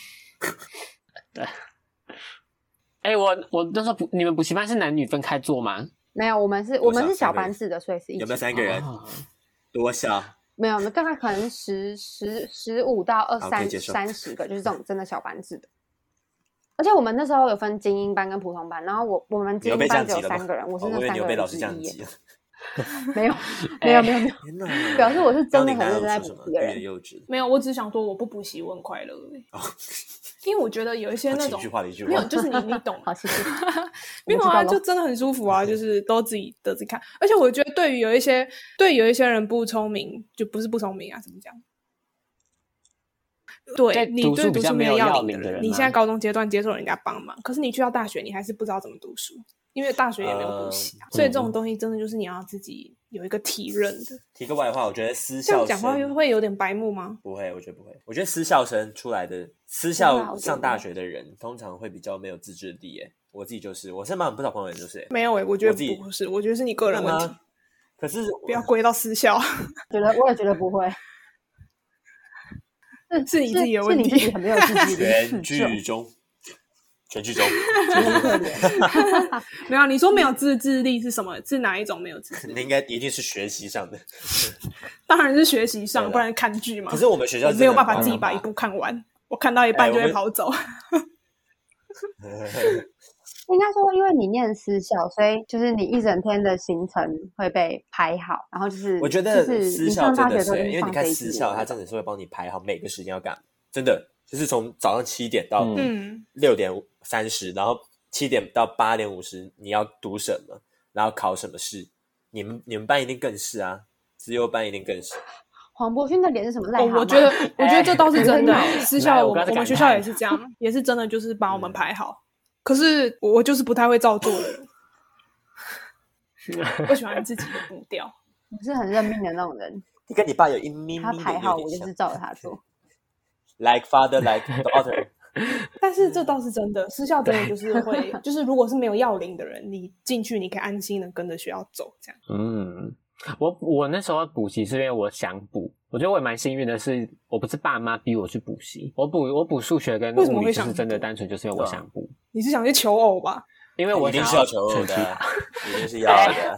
Speaker 1: 哎、我我那时候补你们补习班是男女分开坐吗？
Speaker 2: 没有，我们是我
Speaker 3: 多
Speaker 2: 们
Speaker 3: 少
Speaker 2: 是小
Speaker 3: 三个人
Speaker 2: 班制的，所以是一
Speaker 3: 有没有
Speaker 2: 起
Speaker 3: 三个人？
Speaker 1: 啊
Speaker 3: 多少？
Speaker 2: 没有，大概可能十十十五到二
Speaker 3: 好可以
Speaker 2: 三
Speaker 3: 接受
Speaker 2: 三十个，就是这种真的小班制的。而且我们那时候有分精英班跟普通班，然后我我们
Speaker 3: 你
Speaker 2: 精
Speaker 3: 又被
Speaker 2: 英
Speaker 3: 降
Speaker 2: 班只
Speaker 3: 级
Speaker 2: 有
Speaker 3: 了吗？
Speaker 2: 三个人，我是
Speaker 3: 哦
Speaker 2: 那
Speaker 3: 以为
Speaker 2: 三
Speaker 3: 你
Speaker 2: 个
Speaker 3: 又被
Speaker 2: 人
Speaker 3: 老
Speaker 2: 之
Speaker 3: 师降
Speaker 2: 一耶 *laughs*
Speaker 3: 级了。
Speaker 2: 没
Speaker 3: *laughs*
Speaker 2: 有没有没有没有，
Speaker 3: 啊天哪！
Speaker 2: 表示我是真的
Speaker 3: 然后你
Speaker 2: 很
Speaker 3: 刚刚
Speaker 2: 认真在
Speaker 3: 说什
Speaker 2: 补
Speaker 3: 么
Speaker 2: 习的
Speaker 3: 欲言
Speaker 2: 人。
Speaker 3: 又止
Speaker 4: 没有，我只想说我不补习我很快乐而已、
Speaker 3: 哦，
Speaker 4: 因为我觉得有一些
Speaker 3: 好
Speaker 4: 那
Speaker 3: 情
Speaker 4: 种
Speaker 3: 绪化的一句
Speaker 4: 没有，
Speaker 3: 话。
Speaker 4: 就是你你懂
Speaker 2: 好，谢谢。
Speaker 4: 没有
Speaker 2: 我知道
Speaker 4: 啊，
Speaker 2: 了
Speaker 4: 就真的很舒服啊，就是都自己得自己看。而且我觉得对于有一些对有一些人不聪明，就不是不聪明啊，怎么讲？对
Speaker 1: 对
Speaker 4: 你
Speaker 1: 读
Speaker 4: 对
Speaker 1: 书
Speaker 4: 读
Speaker 1: 比较
Speaker 4: 书
Speaker 1: 没有
Speaker 4: 有
Speaker 1: 要
Speaker 4: 要
Speaker 1: 领
Speaker 4: 领
Speaker 1: 的
Speaker 4: 人，
Speaker 1: 人
Speaker 4: 你
Speaker 1: 吗
Speaker 4: 现在高中阶段接受人家帮忙，可是你去到大学，你还是不知道怎么读书，因为大学也没有补习啊、
Speaker 1: 嗯
Speaker 4: 所以这种东西真的就是你要自己有一个体认的。
Speaker 3: 提个外话，我觉得私
Speaker 4: 这样
Speaker 3: 校
Speaker 4: 讲话又
Speaker 3: 生
Speaker 4: 会有点白目吗？
Speaker 3: 不会，我觉得不会。我觉得私校生出来的私
Speaker 2: 对啊
Speaker 3: 校
Speaker 2: 我觉得
Speaker 3: 上大学的人，通常会比较没有自制力。耶，我自己就是，我身边有不少朋友也就是耶。
Speaker 4: 没有欸诶、我觉
Speaker 3: 我自己
Speaker 4: 得不是，我觉得是你个人啊
Speaker 3: 干嘛
Speaker 4: 问题，
Speaker 3: 可是
Speaker 4: 不要归到私校， *laughs*
Speaker 2: 觉得我也觉得不会，是
Speaker 4: 是你自己的问
Speaker 2: 是你自
Speaker 4: 题
Speaker 2: 己很没有自制力，
Speaker 3: 全
Speaker 2: 自
Speaker 3: 剧
Speaker 2: 救。
Speaker 3: 终，全
Speaker 4: *laughs*
Speaker 3: 剧终。
Speaker 4: 没有，你说没有自制力是什么？是哪一种没有自制力？
Speaker 3: 那应该一定是学习上
Speaker 4: *laughs*
Speaker 3: 的。
Speaker 4: 当然是学习
Speaker 3: 对
Speaker 4: 上，
Speaker 3: 啦
Speaker 4: 不然看剧嘛。
Speaker 3: 可是我们学校
Speaker 4: 我
Speaker 3: 真的
Speaker 4: 没有办法
Speaker 3: 很
Speaker 4: 自己把
Speaker 3: 棒
Speaker 4: 一部看完，我看到一半
Speaker 3: 哎
Speaker 4: 就
Speaker 3: 我
Speaker 4: 会
Speaker 3: 们
Speaker 4: 跑走。
Speaker 2: 应该说，因为你念私校，所以就是你一整天的行程会被排好，然后就是
Speaker 3: *laughs* 我觉
Speaker 2: 就
Speaker 3: 得
Speaker 2: 是
Speaker 3: 私
Speaker 2: 你
Speaker 3: 校
Speaker 2: 上
Speaker 3: 真
Speaker 2: 大
Speaker 3: 的
Speaker 2: 学
Speaker 3: 是
Speaker 2: 都
Speaker 3: 欸，
Speaker 2: 已
Speaker 3: 因
Speaker 2: 经
Speaker 3: 为你
Speaker 2: 放
Speaker 3: 看
Speaker 2: 飞机
Speaker 3: 私校，
Speaker 2: 了
Speaker 3: 它真的是会帮你排好每个时间要干嘛，真的就是从早上七点到
Speaker 1: 嗯
Speaker 4: 嗯，
Speaker 3: 六点三十、然后七点到八点五十你要读什么，然后考什么试，你们你们班一定更是啊，资优班一定更是。
Speaker 2: 黄伯勋的脸是什么癞蛤
Speaker 4: 哦
Speaker 2: 蟆？哎
Speaker 4: 我觉得，我觉得这倒是真的。
Speaker 1: 哎
Speaker 4: 私
Speaker 1: 来
Speaker 4: 校
Speaker 1: 我
Speaker 4: 我
Speaker 1: 刚
Speaker 4: 们
Speaker 1: 才
Speaker 4: 我们
Speaker 1: 感
Speaker 4: 学校
Speaker 1: 叹
Speaker 4: 也是这样，也是真的就是把我
Speaker 3: 嗯
Speaker 4: 们排好。可是我我就是不太会照做的
Speaker 3: *laughs*
Speaker 4: 人，我喜欢自己的步调。
Speaker 2: *laughs* 我是很认命的那种人，
Speaker 3: 你 *laughs* 跟你爸有一咪
Speaker 2: 他
Speaker 3: 咪的
Speaker 2: 排
Speaker 3: 有
Speaker 2: 好
Speaker 3: 点
Speaker 2: 我就
Speaker 3: 像
Speaker 2: 是照着
Speaker 3: *laughs*
Speaker 2: 他做。
Speaker 3: ，like father like daughter，
Speaker 4: 但是这倒是真的，私校真的就是
Speaker 3: *laughs*
Speaker 4: 会，就是如果是没有要领的人，你进去你可以安心的跟着学校走，这样。
Speaker 1: 嗯，我我那时候补习是因为我想补，我觉得我也蛮幸运的是，我不是爸妈逼我去补习，我补我补数学跟
Speaker 4: 为什么
Speaker 1: 物理
Speaker 4: 会
Speaker 1: 就
Speaker 4: 想
Speaker 1: 是真的
Speaker 4: 补
Speaker 1: 单纯就是因为我想补，
Speaker 4: 你是想去求偶吧？啊
Speaker 1: 因为我
Speaker 3: 啊哎一定
Speaker 1: 想
Speaker 3: 是要求偶
Speaker 1: 成绩
Speaker 3: 的啊，一定是
Speaker 2: *laughs*
Speaker 3: 要的啊。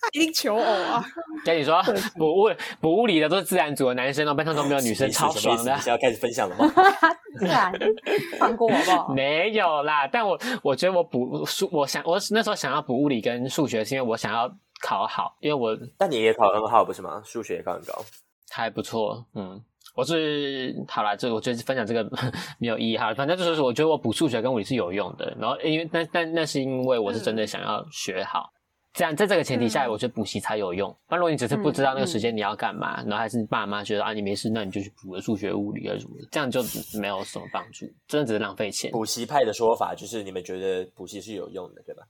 Speaker 4: 他一定求偶啊！
Speaker 1: 跟你说，补物补物理的都是自然组的男生哦，班上都没有女生，
Speaker 3: 你是
Speaker 1: 超
Speaker 3: 什么意
Speaker 1: 爽
Speaker 3: 思
Speaker 1: 的
Speaker 3: 你。是要开始分享
Speaker 1: *laughs*
Speaker 3: 了吗？
Speaker 2: 自
Speaker 3: 啊
Speaker 2: 然 *laughs* 放过我好不好？
Speaker 1: 没有啦，但我我觉得我补数，我想我那时候想要补物理跟数学，是因为我想要考好，因为我
Speaker 3: 但你也考得很好，不是吗？数学也考很高。
Speaker 1: 还不错，嗯，我是好啦，这我就是分享这个 *laughs* 没有意义哈，反正就是我觉得我补数学跟物理是有用的，然后因为那那那是因为我是
Speaker 3: 嗯
Speaker 1: 真的想要学好，这样在这个前提下，
Speaker 4: 嗯
Speaker 1: 我觉得补习才有用。不然如果你只是不知道那
Speaker 3: 嗯
Speaker 1: 个时间你要干嘛，然后还是你爸妈觉得啊你没事，那你就去补个数学、物理啊什么的，这样就没有什么帮助，真的只是浪费钱。
Speaker 3: 补习派的说法就是，你们觉得补习是有用的，对吧？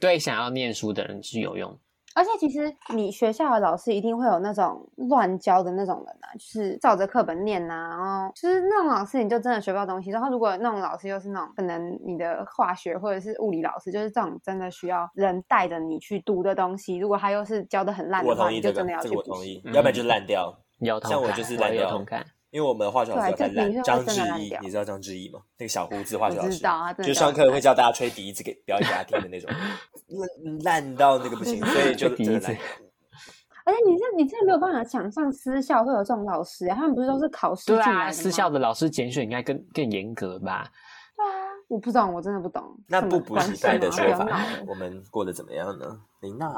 Speaker 1: 对想要念书的人是有用，
Speaker 2: 而且其实你学校的老师一定会有那种乱教的那种人啊，就是照着课本念呐、啊然后就是那种老师你就真的学不到东西。然后如果那种老师又是那种可能你的化学或者是物理老师，就是这种真的需要人带着你去读的东西，如果他又是教的很烂
Speaker 3: 我
Speaker 2: 的话，
Speaker 3: 同意
Speaker 2: 你
Speaker 3: 这
Speaker 2: 就
Speaker 3: 个
Speaker 2: 真的，要
Speaker 3: 这
Speaker 2: 去
Speaker 3: 个我
Speaker 2: 补
Speaker 3: 同
Speaker 2: 习。
Speaker 3: 意，要不
Speaker 1: 嗯
Speaker 3: 然就是烂掉。
Speaker 1: 有同
Speaker 3: 像
Speaker 1: 感，
Speaker 3: 我就是烂
Speaker 1: 也有
Speaker 3: 掉
Speaker 1: 同感。
Speaker 3: 因为我们的化学老师
Speaker 2: 对啊
Speaker 3: 有在
Speaker 2: 这你
Speaker 3: 烂，
Speaker 2: 会
Speaker 3: 张
Speaker 2: 真
Speaker 3: 志
Speaker 2: 的烂
Speaker 3: 毅
Speaker 2: 掉，
Speaker 3: 你知道张志毅吗？那个小胡子化
Speaker 2: 我
Speaker 3: 学老
Speaker 2: 知
Speaker 3: 师
Speaker 2: 道，啊，真的
Speaker 3: 就
Speaker 2: 叫
Speaker 3: 上
Speaker 2: 我
Speaker 3: 课
Speaker 2: 来
Speaker 3: 会叫大家吹笛子给表演给他听的
Speaker 2: *laughs*
Speaker 3: 那种，烂烂到那个不行，所以就
Speaker 1: 吹笛
Speaker 3: 真的
Speaker 1: 子
Speaker 3: 烂。
Speaker 2: 而且你这你真的没有办法想象私校会有这种老师、啊他们不是都是考试进
Speaker 1: 对
Speaker 2: 来的吗？
Speaker 1: 啊，私校的老师拣选应该更更严格吧？
Speaker 2: 我不懂，我真的不懂。
Speaker 3: 那
Speaker 2: 什么
Speaker 3: 不补
Speaker 2: 关
Speaker 3: 习
Speaker 2: 系啊
Speaker 3: 班的
Speaker 2: 吗
Speaker 3: 说
Speaker 2: 不要闹
Speaker 3: 法
Speaker 2: 了，
Speaker 3: 我们过得怎么样呢？林娜，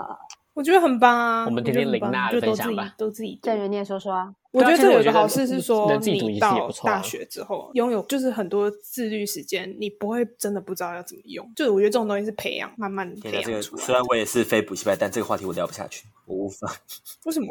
Speaker 4: 我觉得很棒啊！
Speaker 1: 我们听
Speaker 4: 觉得
Speaker 1: 听
Speaker 4: 很
Speaker 1: 林
Speaker 4: 棒
Speaker 1: 娜的
Speaker 4: 就
Speaker 1: 分
Speaker 4: 都
Speaker 1: 享
Speaker 4: 自己
Speaker 1: 吧
Speaker 4: 都自己
Speaker 2: *laughs* 郑
Speaker 4: 读。
Speaker 2: 人，你也说说啊。
Speaker 4: 我觉
Speaker 1: 对啊其
Speaker 4: 得
Speaker 1: 实
Speaker 4: 这
Speaker 1: 我
Speaker 4: 有一
Speaker 1: 觉
Speaker 4: 个
Speaker 1: 得
Speaker 4: 好事是说，
Speaker 1: 能自己读一
Speaker 4: 你
Speaker 1: 次也
Speaker 4: 到
Speaker 1: 不错啊
Speaker 4: 大学之后拥有就是很多自律时间，你不会真的不知道要怎么用。就是我觉得这种东西是培养，慢慢
Speaker 3: 天
Speaker 4: 培
Speaker 3: 啊哪，这
Speaker 4: 养
Speaker 3: 个
Speaker 4: 出
Speaker 3: 虽
Speaker 4: 来。
Speaker 3: 然我也是非补习班，但这个话题我聊不下去，我无法。
Speaker 4: 为
Speaker 1: *laughs*
Speaker 4: 什么？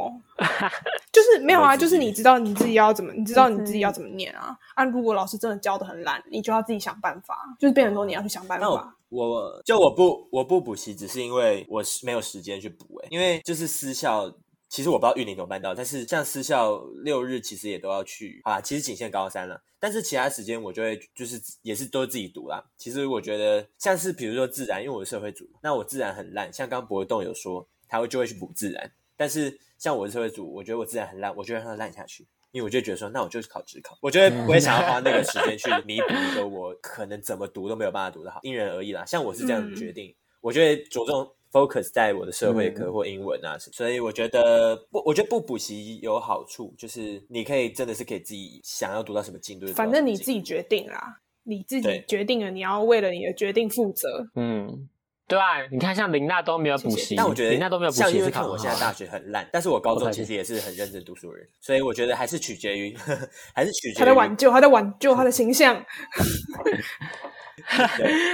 Speaker 4: 就是没有啊，
Speaker 3: 我自
Speaker 4: 就
Speaker 3: 己
Speaker 4: 是你知道你自己要怎么，你知道你
Speaker 2: 自
Speaker 4: 自己
Speaker 2: 律
Speaker 4: 要怎么念啊。啊，如果老师真的教的很烂，你就要自己想办法，就是变成说你要去想办
Speaker 3: 那
Speaker 4: 法
Speaker 3: 我。我就我不我不补习，只是因为我是没有时间去补诶、欸因为就是私校。其实我不知道玉林有办到，但是像私校六日其实也都要去啊，其实仅限高三了。但是其他时间我就会就是也是都自己读啦。其实我觉得像是比如说自然，因为我是社会组，那我自然很烂。像刚刚博栋有说，他会就会去补自然，但是像我是社会组，我觉得我自然很烂，我就会让它烂下去。因为我就觉得说，那我就考职考，我就会不会想要花那个时间去弥补一个我可能怎么读都没有办法读得好，因人而异啦。像我是这样
Speaker 4: 嗯
Speaker 3: 决定，我就会着重 focus 在我的社会科或英文啊，所以我觉得不，我觉得不补习有好处，就是你可以真的是可以自己想要读到什么进度就读到什
Speaker 4: 反
Speaker 3: 么进度，
Speaker 4: 正你自己决定啦，你自己
Speaker 3: 对
Speaker 4: 决定了，你要为了你的决定负责。
Speaker 1: 嗯，对啊，你看像林娜都没有补
Speaker 4: 谢谢
Speaker 1: 习，
Speaker 3: 但我觉得
Speaker 1: 林娜都没有补
Speaker 3: 像
Speaker 1: 习
Speaker 3: 因
Speaker 1: 是
Speaker 3: 为
Speaker 1: 考
Speaker 3: 看
Speaker 1: 得
Speaker 3: 我
Speaker 1: 好
Speaker 3: 现在大
Speaker 1: 啊。
Speaker 3: 学很烂，但是我高
Speaker 1: 我
Speaker 3: 中
Speaker 1: 才
Speaker 3: 其实
Speaker 1: 是
Speaker 3: 也是很认真读书的人，所以我觉得还是取决于， *laughs* 还是取决于
Speaker 4: 他在挽救，他在挽救他的形象。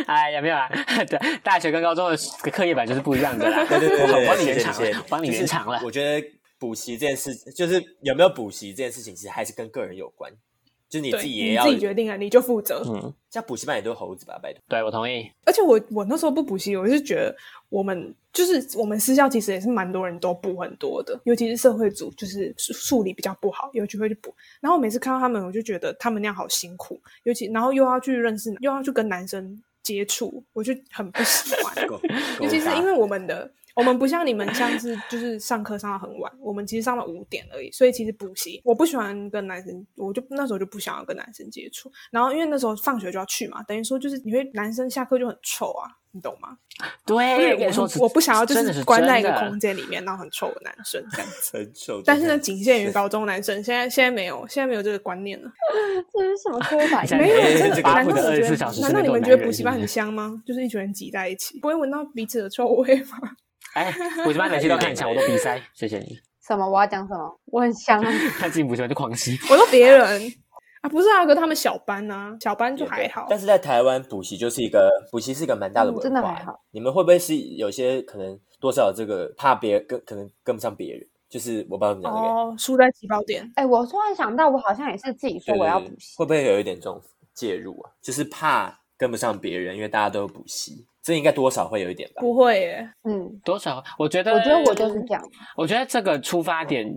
Speaker 1: 哎呀，没有啦，对，大学跟高中的课业本来就是不一样的啦。
Speaker 3: 对对对对
Speaker 1: 我
Speaker 3: 对，
Speaker 1: 帮你
Speaker 3: 谢
Speaker 1: 圆
Speaker 3: 谢
Speaker 1: 场
Speaker 3: 谢
Speaker 1: 了
Speaker 3: 谢，
Speaker 1: 帮你
Speaker 3: 就是
Speaker 1: 圆场了。
Speaker 3: 我觉得补习这件事，就是有没有补习这件事情，其实还是跟个人有关。就是你
Speaker 4: 对，
Speaker 3: 自己也
Speaker 4: 你
Speaker 3: 要
Speaker 4: 自己决定了，啊你就负责。
Speaker 1: 嗯，
Speaker 3: 像补习班也都是猴子吧，拜托。
Speaker 1: 对，我同意。
Speaker 4: 而且我我那时候不补习，我是觉得我们就是我们私校其实也是蛮多人都补很多的，尤其是社会组，就是数数理比较不好，有机会去补。然后我每次看到他们，我就觉得他们那样好辛苦，尤其然后又要去认识，又要去跟男生接触，我就很不喜
Speaker 3: *laughs*
Speaker 4: 欢。
Speaker 3: 够
Speaker 4: *laughs* 尤其是因
Speaker 3: 为
Speaker 4: 为我们的，我们不像你们像是就是上课上到很晚，我们其实上到五点而已，所以其实补习我不喜欢跟男生，我就那时候就不想要跟男生接触。然后因为那时候放学就要去嘛，等于说就是你会男生下课就很臭啊，你懂吗？
Speaker 1: 对，
Speaker 4: 就
Speaker 1: 跟你
Speaker 4: 是
Speaker 1: 说
Speaker 4: 我，我不想要就
Speaker 1: 真的是
Speaker 4: 关
Speaker 1: 真
Speaker 4: 在一个
Speaker 1: 的
Speaker 4: 空间里面，然后很臭的男生这样子。
Speaker 3: 很丑，
Speaker 4: 但是呢，仅限于高中男生，现在现在没有，现在没有这个观念了。
Speaker 2: *laughs* 这是什么刻 *laughs* 板？
Speaker 1: 现在
Speaker 4: 没
Speaker 1: 哎
Speaker 4: 有，真
Speaker 1: 这
Speaker 4: 的。
Speaker 1: 个
Speaker 4: 难
Speaker 1: 不
Speaker 4: 道
Speaker 1: 能
Speaker 4: 你觉
Speaker 1: 24小时
Speaker 4: 得，难道
Speaker 1: 内
Speaker 4: 你
Speaker 1: 都
Speaker 4: 们
Speaker 1: 男
Speaker 4: 觉得
Speaker 1: 人
Speaker 4: 补习
Speaker 1: 是
Speaker 4: 班
Speaker 1: 不
Speaker 4: 很
Speaker 1: 是
Speaker 4: 香吗？就是一群人挤在一起，不会闻到彼此的臭味吗？
Speaker 1: 哎，补习班冷气都看一下，我都鼻塞，谢谢
Speaker 3: *laughs*
Speaker 1: 你。
Speaker 2: 什么？我要讲什么？我很香啊！
Speaker 1: 看自己补习班就狂吸。
Speaker 4: 我说别人啊，不是啊，哥他们小班啊，小班就还好。
Speaker 3: 但是在台湾补习就是一个补习是一个蛮大的文
Speaker 2: 嗯
Speaker 3: 化，
Speaker 2: 真的还好。
Speaker 3: 你们会不会是有些可能多少有这个怕别人跟可能跟不上别人？就是我不知道怎么讲这个，
Speaker 4: 哦，输在起跑点。
Speaker 2: 哎、我突然想到，我好像也是自己说
Speaker 4: 哦
Speaker 3: 对
Speaker 2: 我要补
Speaker 3: 对对
Speaker 2: 习。
Speaker 3: 会不会有一点这种介入啊？就是怕跟不上别人，因为大家都有补习，这应该多少会有一点吧？
Speaker 4: 不会耶，
Speaker 2: 嗯，
Speaker 1: 多少？我觉得，
Speaker 2: 我觉得我就是这样。
Speaker 1: 我觉得这个出发点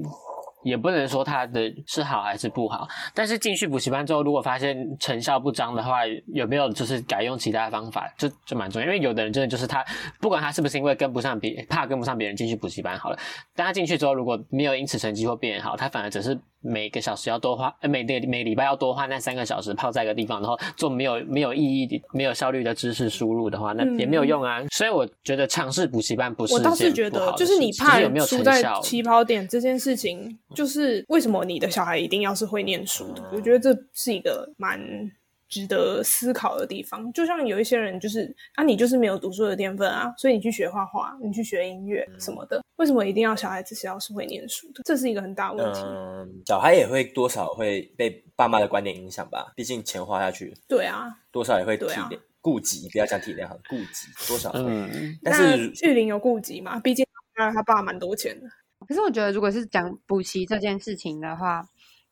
Speaker 1: 也不能说他的是好还是不好，但是进去补习班之后，如果发现成效不彰的话，有没有就是改用其他方法，就就蛮重要。因为有的人真的就是他，不管他是不是因为跟不上别怕跟不上别人进去补习班好了，但他进去之后如果没有因此成绩或变好，他反而只是每个小时要多花，呃每个每礼拜要多花那三个小时泡在一个地方，然后做没有没有意义的、没有效率的知识输入的话，那
Speaker 4: 嗯
Speaker 1: 也没有用啊。所以我觉得尝试补习班不是
Speaker 4: 我倒
Speaker 1: 一
Speaker 4: 是
Speaker 1: 件
Speaker 4: 觉
Speaker 1: 不好
Speaker 4: 得，
Speaker 1: 的
Speaker 4: 就是
Speaker 1: 事
Speaker 4: 你
Speaker 1: 情
Speaker 4: 怕
Speaker 1: 只是有没有
Speaker 4: 输
Speaker 1: 成
Speaker 4: 在
Speaker 1: 效嗯
Speaker 4: 起跑点这件事情，就是为什么你的小孩一定要是会念书的？我
Speaker 1: 啊
Speaker 4: 觉得这是一个蛮值得思考的地方。就像有一些人，就是啊，你就是没有读书的天分啊，所以你去学画画，你去学音乐什么
Speaker 1: 嗯
Speaker 4: 的，为什么一定要小孩子是要是会念书的？这是一个很大问题。
Speaker 3: 嗯，小孩也会多少会被爸妈的观点影响吧，毕竟钱花下去，
Speaker 4: 对啊，
Speaker 3: 多少也会体
Speaker 4: 对啊
Speaker 3: 谅、顾及，不要讲体谅，顾及多少会。
Speaker 1: 嗯，
Speaker 3: 但是
Speaker 4: 那玉林有顾及嘛？毕竟他他爸蛮多钱的。
Speaker 2: 可是我觉得，如果是讲补习这件事情的话，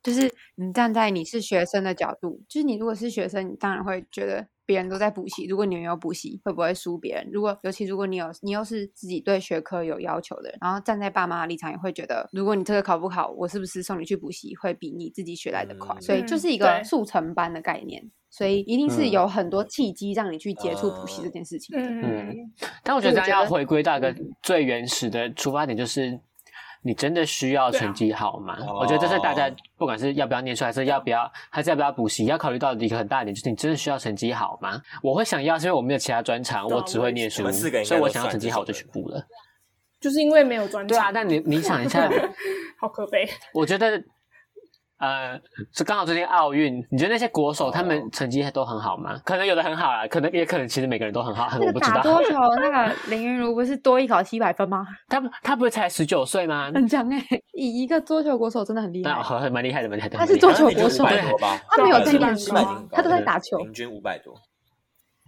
Speaker 2: 就是你站在你是学生的角度，就是你如果是学生，你当然会觉得别人都在补习，如果你没有补习，会不会输别人？如果尤其如果你有你又是自己对学科有要求的人，然后站在爸妈的立场也会觉得，如果你这个考不好，我是不是送你去补习会比你自己学来的快？
Speaker 3: 嗯
Speaker 2: 所以就
Speaker 4: 嗯
Speaker 2: 是一个
Speaker 4: 对
Speaker 2: 速成班的概念，所以一定是
Speaker 1: 嗯呃
Speaker 2: 有很多契机让你去接触补习这件事情的。
Speaker 4: 嗯，
Speaker 1: 但我觉得
Speaker 2: 就
Speaker 1: 大
Speaker 2: 是
Speaker 1: 家要
Speaker 2: 觉得
Speaker 1: 回归到一个最原始的出发点，就是你真的需要
Speaker 4: 对啊
Speaker 1: 成绩好吗？
Speaker 3: 哦
Speaker 1: 我觉得这是大家不管是要不要念书，还是要不要，还是要不要补习，要考虑到的一个很大的点，就是你真的需要成绩好吗？我会想要，是因为我没有其他专长，
Speaker 4: 对啊
Speaker 1: 我只会念书
Speaker 3: 我，也是我们四个应该
Speaker 1: 所以我
Speaker 3: 都
Speaker 1: 想要
Speaker 3: 算
Speaker 1: 成绩
Speaker 3: 这
Speaker 1: 好
Speaker 3: 种
Speaker 1: 就去
Speaker 3: 人
Speaker 1: 补了。
Speaker 4: 就是因为没有专
Speaker 1: 对啊，
Speaker 4: 长，
Speaker 1: 但你你想一下，
Speaker 4: 好可悲。
Speaker 1: 我觉得。呃，是刚好最近奥运，你觉得那些国手他们
Speaker 3: 哦
Speaker 1: 成绩都很好吗？可能有的很好啦，可能也可能其实每个人都很好，
Speaker 2: 那
Speaker 1: 我
Speaker 2: 个
Speaker 1: 不知
Speaker 2: 打
Speaker 1: 道。
Speaker 2: 桌球，那个林云如不是多一考七百分吗？
Speaker 1: 他不他不是才十九岁吗？
Speaker 2: 很强哎、 *laughs* 以一个桌球国手真的很厉害。
Speaker 1: 那哦
Speaker 2: *laughs*
Speaker 1: 好，很蛮厉害的，蛮厉害的。
Speaker 2: 他
Speaker 1: 蛮厉
Speaker 2: 是
Speaker 1: 害的
Speaker 2: 做桌球国
Speaker 3: 五
Speaker 2: 手哎
Speaker 3: 百多吧？呃
Speaker 2: 他没有在
Speaker 4: 对
Speaker 2: 念
Speaker 4: 是
Speaker 2: 书
Speaker 4: 吧
Speaker 2: 啊，他都在打球。
Speaker 3: 平均五百多。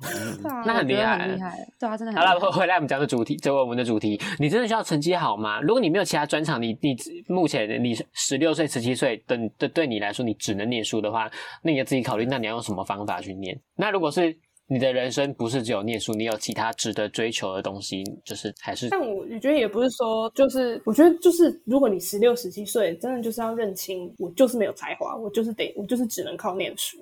Speaker 2: 对啊
Speaker 1: 那很
Speaker 2: 我觉得
Speaker 1: 厉害欸
Speaker 2: 很厉害。对啊，真的
Speaker 1: 好
Speaker 2: 很厉害
Speaker 1: 了，回回来我们讲的主题，就我们的主题，你真的需要成绩好吗？如果你没有其他专长，你你目前你十六岁、十七岁等对对你来说，你只能念书的话，那你要自己考虑，那你要用什么方法去念？那如果是你的人生不是只有念书，你有其他值得追求的东西，就是还是
Speaker 4: 但我我觉得也不是说，就是我觉得就是，如果你十六、十七岁，真的就是要认清，我就是没有才华，我就是得，我就是只能靠念书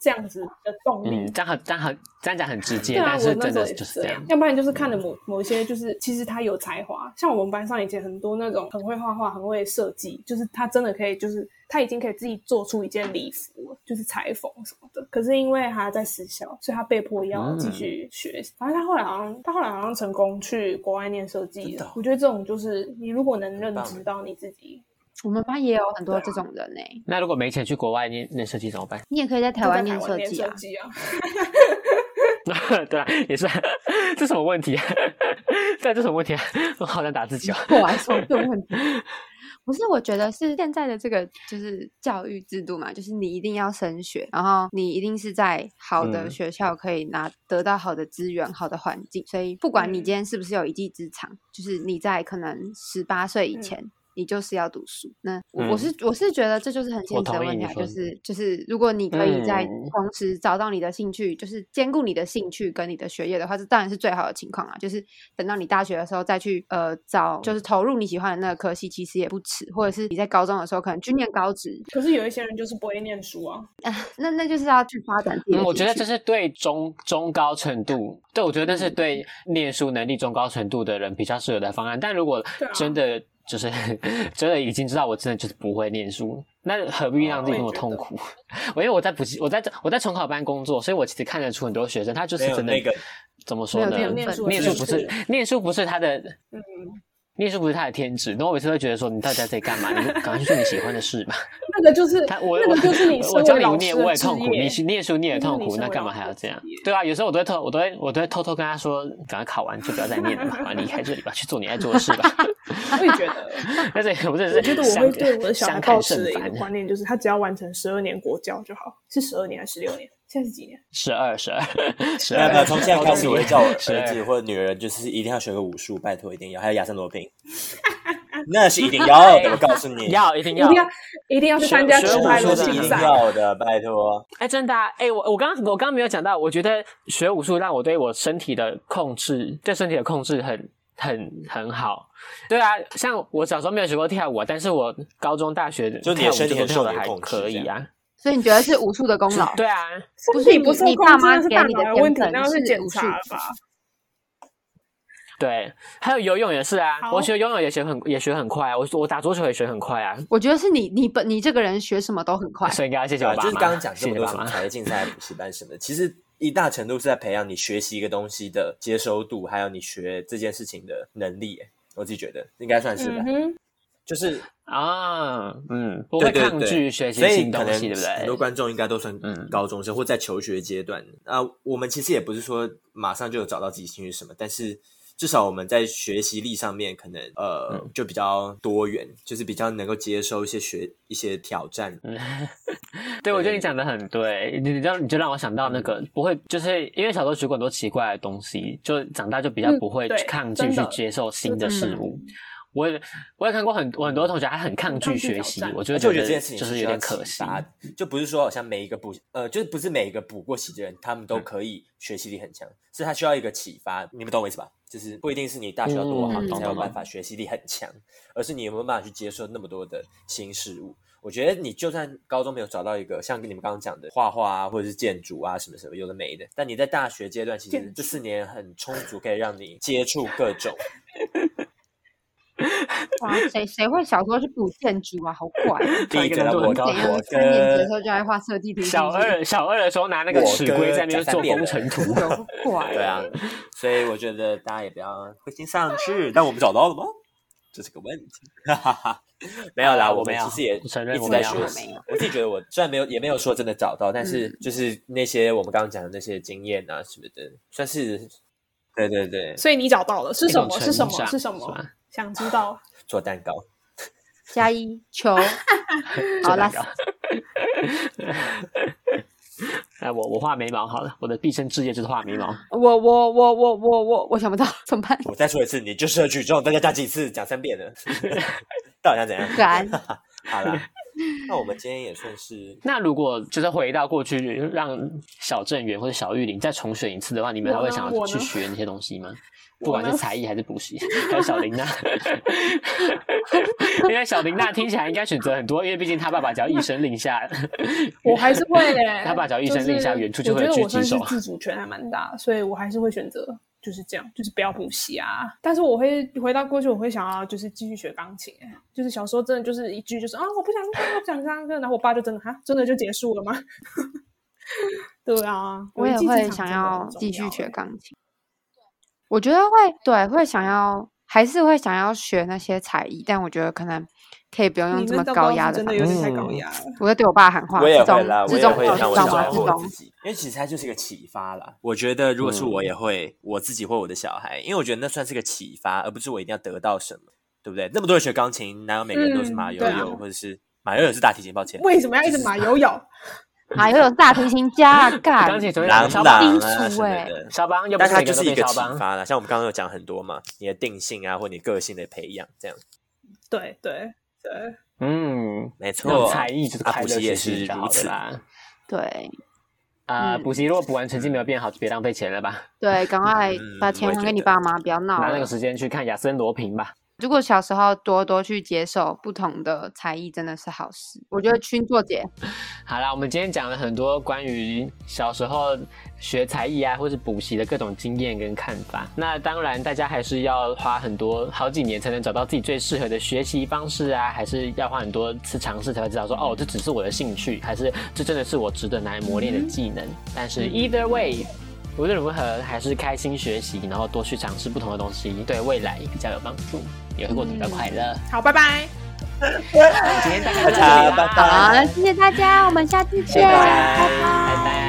Speaker 4: 这样子的动力。
Speaker 1: 嗯，这样很这样很这样讲很直接，
Speaker 4: 对啊，
Speaker 1: 但是
Speaker 4: 我那
Speaker 1: 真
Speaker 4: 时候
Speaker 1: 的
Speaker 4: 也
Speaker 1: 就是
Speaker 4: 这嗯
Speaker 1: 样。
Speaker 4: 要不然就是看了某某一些，就是其实他有才华，像我们班上以前很多那种很会画画、很会设计，就是他真的可以，就是他已经可以自己做出一件礼服了，就是裁缝什么的。可是因为他在私校，所以他被迫要继续学。反正他后来好像，他后来好像成功去国外念设计
Speaker 3: 真的哦
Speaker 4: 了。我觉得这种就是你如果能认
Speaker 3: 棒
Speaker 4: 知
Speaker 3: 哎
Speaker 4: 到你自己，
Speaker 2: 我们班也有很多
Speaker 4: 对啊
Speaker 2: 这种人哎、
Speaker 1: 那如果没钱去国外念念设计怎么办？ *laughs*
Speaker 2: 你也可以在
Speaker 4: 就
Speaker 2: 台
Speaker 4: 在
Speaker 2: 湾
Speaker 4: 台
Speaker 2: 念
Speaker 4: 湾
Speaker 2: 设
Speaker 4: 念
Speaker 2: 计
Speaker 4: 设
Speaker 2: 啊。
Speaker 4: 计啊，
Speaker 1: 对啊，也是啊，这什么问题啊？ *laughs* 对啊，这什么问题啊？ *laughs* 我好想打自
Speaker 4: *laughs*
Speaker 1: 己哦。
Speaker 2: 我还说这种问题。不是，我觉得是现在的这个就是教育制度嘛，就是你一定要升学，然后你一定是在好的
Speaker 1: 嗯
Speaker 2: 学校可以拿、得到好的资源、好的环境，所以不管你
Speaker 4: 嗯
Speaker 2: 今天是不是有一技之长，就是你在可能十八岁以
Speaker 4: 嗯
Speaker 2: 前。你就是要读书，那我我
Speaker 1: 嗯
Speaker 2: 是我是觉得这就是很
Speaker 1: 我
Speaker 2: 现实的
Speaker 1: 同意
Speaker 2: 问题
Speaker 1: 你
Speaker 2: 啊，
Speaker 1: 说
Speaker 2: 就
Speaker 1: 的
Speaker 2: 是就是如果你可以在
Speaker 1: 嗯
Speaker 2: 同时找到你的兴趣，就是兼顾你的兴趣跟你的学业的话，这当然是最好的情况啊。就是等到你大学的时候再去呃找，就是投入你喜欢的那个科系，其实也不迟。或者是你在高中的时候可能去念高职，
Speaker 4: 可是有一些人就是不会念书啊。
Speaker 2: 那那就是要去发展自己
Speaker 1: 嗯，
Speaker 2: 的兴趣。
Speaker 1: 我觉得这是对中中高程度，对我觉得这是对
Speaker 4: 嗯
Speaker 1: 念书能力中高程度的人比较适合的方案。但如果
Speaker 4: 对啊
Speaker 1: 真的就是 *laughs* 真的已经知道我真的就是不会念书，那何必让自己那么痛苦？ *laughs* 我因为我在补习，我在我在重考班工作，所以我其实看得出很多学生他就是
Speaker 3: 没有
Speaker 1: 真的
Speaker 3: 那个
Speaker 1: 怎么说呢？
Speaker 2: 没有
Speaker 4: 念书的
Speaker 1: 念书不是
Speaker 4: 天
Speaker 1: 念书不是他的
Speaker 4: 嗯，
Speaker 1: 念书不是他的天职。然后我每次会觉得说，你到底在这里干嘛？你赶快去做你喜欢的事吧。
Speaker 4: 那个就是
Speaker 1: *laughs* 他我
Speaker 4: 那
Speaker 1: 我
Speaker 4: 个就是你身
Speaker 1: 我
Speaker 4: 为
Speaker 1: 教你
Speaker 4: 老师
Speaker 1: 念
Speaker 4: 的
Speaker 1: 我也
Speaker 4: 职
Speaker 1: 痛苦，
Speaker 4: 业
Speaker 1: 你去念书你也
Speaker 4: 那就是
Speaker 1: 痛
Speaker 4: 你
Speaker 1: 苦，
Speaker 4: 身
Speaker 1: 那
Speaker 4: 为
Speaker 1: 干
Speaker 4: 老
Speaker 1: 嘛
Speaker 4: 师
Speaker 1: 还要
Speaker 4: 的
Speaker 1: 这样
Speaker 4: 职业？
Speaker 1: 对啊，有时候我都会偷，我都会我都会偷偷跟他说，赶快考完就不要再念了嘛，啊离开这里吧，去做你爱做的事吧。 *laughs*
Speaker 4: 我也觉得，
Speaker 1: 但是我真的是
Speaker 4: 我觉得我会
Speaker 1: 相
Speaker 4: 对我的小孩
Speaker 1: 相
Speaker 4: 抱
Speaker 1: 看
Speaker 4: 持
Speaker 1: 甚
Speaker 4: 的一个
Speaker 1: 烦。
Speaker 4: 观念，就是他只要完成十二年国教就好，是十二年还是十六年？现在是几年？
Speaker 1: 十二十二十
Speaker 2: 啊
Speaker 3: 没有没有，
Speaker 1: 二，
Speaker 3: 从现在开始，我会叫我儿子
Speaker 1: 12
Speaker 3: 或者女儿，就是一定要学个武术，拜托一定要，还有亚森罗宾，那是一定要的，我告诉
Speaker 2: *laughs*
Speaker 3: 你，
Speaker 1: 要一定
Speaker 4: 一
Speaker 1: 要
Speaker 4: 定。要一定要去参加
Speaker 1: 学
Speaker 4: 直
Speaker 3: 学武
Speaker 4: 拍
Speaker 3: 术
Speaker 4: 轮
Speaker 3: 是
Speaker 4: 比
Speaker 3: 一定
Speaker 4: 赛。
Speaker 3: 要的，拜托。
Speaker 1: 哎，真的、啊，哎，我我刚刚我刚刚没有讲到，我觉得学武术让我对我身体的控制，对身体的控制很很很好。对啊，像我小时候没有学过跳舞啊，但是我高中、大学
Speaker 3: 就你的身体
Speaker 1: 跳舞就
Speaker 3: 很
Speaker 1: 是
Speaker 3: 受
Speaker 1: 跳的
Speaker 3: 你的
Speaker 1: 还
Speaker 3: 控制
Speaker 1: 可以
Speaker 3: 这
Speaker 1: 啊。
Speaker 2: 所以你觉得是武术的功劳？
Speaker 1: 对啊，
Speaker 2: 不
Speaker 4: 身
Speaker 2: 是
Speaker 4: 体不
Speaker 2: 你
Speaker 4: 受
Speaker 2: 你
Speaker 4: 控
Speaker 2: 爸
Speaker 4: 制
Speaker 2: 妈
Speaker 4: 那是
Speaker 2: 给
Speaker 4: 大
Speaker 2: 你的
Speaker 4: 脑的
Speaker 2: 天
Speaker 4: 问题，
Speaker 2: 分
Speaker 4: 那要
Speaker 2: 是
Speaker 4: 去检
Speaker 2: 武术
Speaker 4: 查了吧？
Speaker 1: 对，还有游泳也是啊。
Speaker 4: 好
Speaker 1: 我学游泳也学很也学很快啊，我我打桌球也学很快啊。
Speaker 2: 我觉得是你你本你这个人学什么都很快。
Speaker 1: 所以应该要谢谢
Speaker 3: 对
Speaker 1: 我
Speaker 3: 啊，
Speaker 1: 爸妈，
Speaker 3: 就是刚刚讲这
Speaker 1: 谢
Speaker 3: 么
Speaker 1: 谢
Speaker 3: 多
Speaker 1: 爸
Speaker 3: 什么
Speaker 1: 妈。
Speaker 3: 才艺竞赛、补习班什么的，其实一大程度是在培养你学习一个东西的接收度，还有你学这件事情的能力。哎我自己觉得应该算是吧
Speaker 4: 嗯，哼，
Speaker 3: 就是
Speaker 1: 啊，嗯，不
Speaker 3: 对
Speaker 1: 会
Speaker 3: 对
Speaker 1: 抗拒
Speaker 3: 对
Speaker 1: 学习
Speaker 3: 所以
Speaker 1: 新
Speaker 3: 可
Speaker 1: 东
Speaker 3: 能
Speaker 1: 西，对不
Speaker 3: 很多
Speaker 1: 对？
Speaker 3: 观众应该都算
Speaker 1: 嗯
Speaker 3: 高中生、或在求学阶段啊。我们其实也不是说马上就有找到自己兴趣是什么，但是至少我们在学习力上面可能呃、
Speaker 1: 嗯
Speaker 3: 就比较多元，就是比较能够接受一些学一些挑战。
Speaker 1: 对，我觉得你讲的很对，你你就你就让我想到那个不会，就是因为小时候学过很多奇怪的东西，就长大就比较
Speaker 4: 嗯
Speaker 1: 不会
Speaker 4: 对
Speaker 1: 去抗拒
Speaker 4: 真
Speaker 1: 去
Speaker 4: 的
Speaker 1: 接受新的
Speaker 4: 真
Speaker 1: 事
Speaker 4: 的
Speaker 1: 物。我也我也看过很我很多同学还很抗拒学习
Speaker 4: 抗拒挑战，
Speaker 1: 我就
Speaker 3: 而
Speaker 1: 会
Speaker 3: 且我
Speaker 1: 觉
Speaker 3: 觉得这件事情
Speaker 1: 就是
Speaker 3: 需
Speaker 1: 有
Speaker 3: 要
Speaker 1: 点可
Speaker 3: 启
Speaker 1: 惜。
Speaker 3: 发的，就不是说好像每一个补呃，就是不是每一个补过习的人，他们
Speaker 1: 嗯
Speaker 3: 都可以学习力很强，是他需要一个启发，你们懂我意思吧？就是不一定是你大学要多好，
Speaker 1: 嗯
Speaker 3: 你才有
Speaker 1: 懂懂
Speaker 3: 办法学习力很强，而是你有没有办法去接受那么多的新事物。我觉得你就算高中没有找到一个像你们刚刚讲的画画啊，或者是建筑啊什么什么有的没的，但你在大学阶段其
Speaker 4: 建
Speaker 3: 实这四年很充足，可以让你接触各 *laughs* 种。
Speaker 2: 哇，谁谁会小时候去补建筑啊？好
Speaker 1: *laughs*
Speaker 2: 怪哦！
Speaker 3: 第一个呢，
Speaker 1: 难度
Speaker 3: 我
Speaker 1: 很高
Speaker 2: 怎样
Speaker 3: 我？
Speaker 2: 三年级的
Speaker 3: 跟
Speaker 2: 时候就爱画设计图？
Speaker 1: 小二小二的时候拿那个
Speaker 3: 我
Speaker 1: 尺规
Speaker 3: 跟
Speaker 1: 在那边
Speaker 3: 贾
Speaker 1: 做
Speaker 3: 三变
Speaker 1: 工程图，
Speaker 2: 有个怪。
Speaker 3: *laughs* 对啊，所以我觉得大家也不要灰心丧志。但我们找到了吗？这是个问题。 *laughs* 没有啦，
Speaker 1: 啊
Speaker 3: 我
Speaker 1: 我
Speaker 3: 们
Speaker 1: 没
Speaker 3: 其
Speaker 1: 有
Speaker 3: 实也
Speaker 1: 我承认
Speaker 3: 一直
Speaker 1: 我没
Speaker 3: 在
Speaker 1: 有
Speaker 3: 学
Speaker 2: 我
Speaker 3: 习
Speaker 2: 没有。
Speaker 3: 我自己觉得我虽然没有也没有说真的找到，但
Speaker 1: 嗯
Speaker 3: 是就是那些我们刚刚讲的那些经验啊什么的，算是对对对，
Speaker 4: 所以你找到了是
Speaker 1: 一
Speaker 4: 什
Speaker 1: 种
Speaker 4: 么？
Speaker 1: 成
Speaker 4: 是什么？
Speaker 1: 长
Speaker 4: 是什
Speaker 1: 是
Speaker 4: 么
Speaker 1: 吧？
Speaker 4: 想知道？
Speaker 3: 做蛋糕。
Speaker 2: 加一
Speaker 4: *laughs*
Speaker 2: 球，好啦
Speaker 1: 了。 *laughs* 哎，我我画眉毛好了，我的毕生志业就是画眉毛。
Speaker 2: 我我我我我我我想不到 *laughs* 怎么办？
Speaker 3: 我再说一次，你就适合举重，大家讲几次，讲三遍了， *laughs* 到底想怎样？
Speaker 1: 啊
Speaker 2: 可
Speaker 4: *laughs*
Speaker 2: 爱
Speaker 3: 好啦，那我们今天也算是
Speaker 1: 那如果就是回到过去，让小郑源或者小玉玲再重选一次的话，你们还会
Speaker 4: 我呢
Speaker 1: 想
Speaker 4: 我
Speaker 1: 要
Speaker 4: 呢
Speaker 1: 去学那些东西
Speaker 4: *laughs*
Speaker 1: 吗？
Speaker 4: 我
Speaker 1: 不管是
Speaker 4: 呢
Speaker 1: 才艺还是补习， *laughs* 还有小林娜，因为小林娜听起来应该选择很多，因为毕竟她爸爸只要一声令下，。
Speaker 4: 我还是会嘞
Speaker 1: *laughs* 他把脚一伸
Speaker 4: 就是
Speaker 1: 立下远处就
Speaker 4: 我
Speaker 1: 会
Speaker 4: 觉
Speaker 1: 有
Speaker 4: 得
Speaker 1: 狙
Speaker 4: 我
Speaker 1: 击
Speaker 4: 算是
Speaker 1: 手
Speaker 4: 自主权还蛮大，所以我还是会选择就是这样，就是不要补习啊。但是我会回到过去，我会想要就是继续学钢琴。欸就是小时候真的就是一句就是啊，我不想上课，我不想上课，然后我爸就真的哈，真的就结束了吗？ *laughs* 对啊，
Speaker 2: 我也
Speaker 4: 觉得竞技
Speaker 2: 会
Speaker 4: 场
Speaker 2: 想
Speaker 4: 真的很
Speaker 2: 要
Speaker 4: 重
Speaker 2: 继续
Speaker 4: 要
Speaker 2: 学
Speaker 4: 欸
Speaker 2: 钢琴。我觉得会，对，会想要，还是会想要学那些才艺，但我觉得可能可以不用用
Speaker 4: 你
Speaker 2: 这
Speaker 4: 那
Speaker 2: 么
Speaker 4: 糟
Speaker 2: 高
Speaker 4: 糕
Speaker 2: 压
Speaker 4: 是
Speaker 2: 的
Speaker 4: 真
Speaker 2: 方
Speaker 4: 的有
Speaker 2: 式。
Speaker 4: 点太高
Speaker 3: 嗯
Speaker 4: 压了。
Speaker 2: 我在对我爸喊话，
Speaker 3: 我也
Speaker 2: 这
Speaker 3: 会
Speaker 2: 种
Speaker 3: 啦，我
Speaker 2: 这
Speaker 3: 也
Speaker 2: 种
Speaker 3: 会让我
Speaker 2: 知道吗？
Speaker 3: 找
Speaker 2: 这
Speaker 3: 回我
Speaker 2: 种
Speaker 3: 自己，因为其实它就是个启发啦。我觉得如果是我也会，我自己或我的小孩，因为我觉得那算是个启发，而不是我一定要得到什么，对不对？那么多人学钢琴，哪有每个人都是
Speaker 4: 嗯
Speaker 3: 马友
Speaker 4: 对啊
Speaker 3: 友，或者是马友友是大提琴，抱歉，
Speaker 4: 为什么要一直马友友？
Speaker 2: 啊，又有大提琴家
Speaker 4: *laughs*
Speaker 2: 啊，干
Speaker 1: 钢琴只会
Speaker 3: 朗
Speaker 1: 朗肖邦，
Speaker 3: 朗
Speaker 2: 低
Speaker 3: 啊
Speaker 2: 俗
Speaker 3: 什么
Speaker 2: 欸
Speaker 3: 的。
Speaker 1: 肖邦又不
Speaker 3: *laughs* 但
Speaker 1: 是
Speaker 3: 它
Speaker 1: 每个
Speaker 3: 就
Speaker 1: 人都
Speaker 3: 是一
Speaker 1: 变
Speaker 3: 个
Speaker 1: 肖
Speaker 3: 启
Speaker 1: 邦。
Speaker 3: 发啦，像我们刚刚有讲很多嘛，你的定性啊，或你个性的培养，这样
Speaker 4: 对对对，
Speaker 1: 嗯，
Speaker 3: 没
Speaker 1: 那种
Speaker 3: 错。
Speaker 1: 才艺就是
Speaker 3: 啊
Speaker 1: 快
Speaker 3: 补
Speaker 1: 乐
Speaker 3: 习也
Speaker 1: 学习
Speaker 3: 是
Speaker 1: 比较
Speaker 3: 如
Speaker 1: 好的
Speaker 3: 此
Speaker 1: 啦。
Speaker 2: 对
Speaker 1: 啊，
Speaker 2: 嗯
Speaker 1: 补习如果补完成绩没有变好，就别浪费钱了吧，
Speaker 2: 对，赶快把
Speaker 3: 嗯我
Speaker 2: 钱
Speaker 3: 也
Speaker 2: 还
Speaker 3: 觉
Speaker 2: 给你
Speaker 3: 得
Speaker 2: 爸妈，不要
Speaker 4: 啊
Speaker 2: 闹
Speaker 1: 拿那
Speaker 2: 了
Speaker 1: 个。时间去看亚森罗平吧。
Speaker 2: 如果小时候多多去接受不同的才艺，真的是好事。我觉得去做姐
Speaker 1: 好啦，我们今天讲了很多关于小时候学才艺啊，或是补习的各种经验跟看法。那当然，大家还是要花很多好几年才能找到自己最适合的学习方式啊，还是要花很多次尝试才会知道说，哦，这只是我的兴趣，还是这真的是我值得拿来磨练的技
Speaker 2: 嗯
Speaker 1: 能。但是 either way。无论如何，还是开心学习，然后多去尝试不同的东西，对未来比较有帮助，也会过得比较快乐。
Speaker 4: 好，拜拜。
Speaker 1: 那今天大概就到
Speaker 3: 大
Speaker 1: 这
Speaker 3: 家
Speaker 1: 里啦，
Speaker 3: 拜
Speaker 2: 好
Speaker 3: 拜，
Speaker 2: 了，谢谢大家，我们下次见，
Speaker 1: 谢谢大家，
Speaker 2: 拜拜
Speaker 1: 拜拜。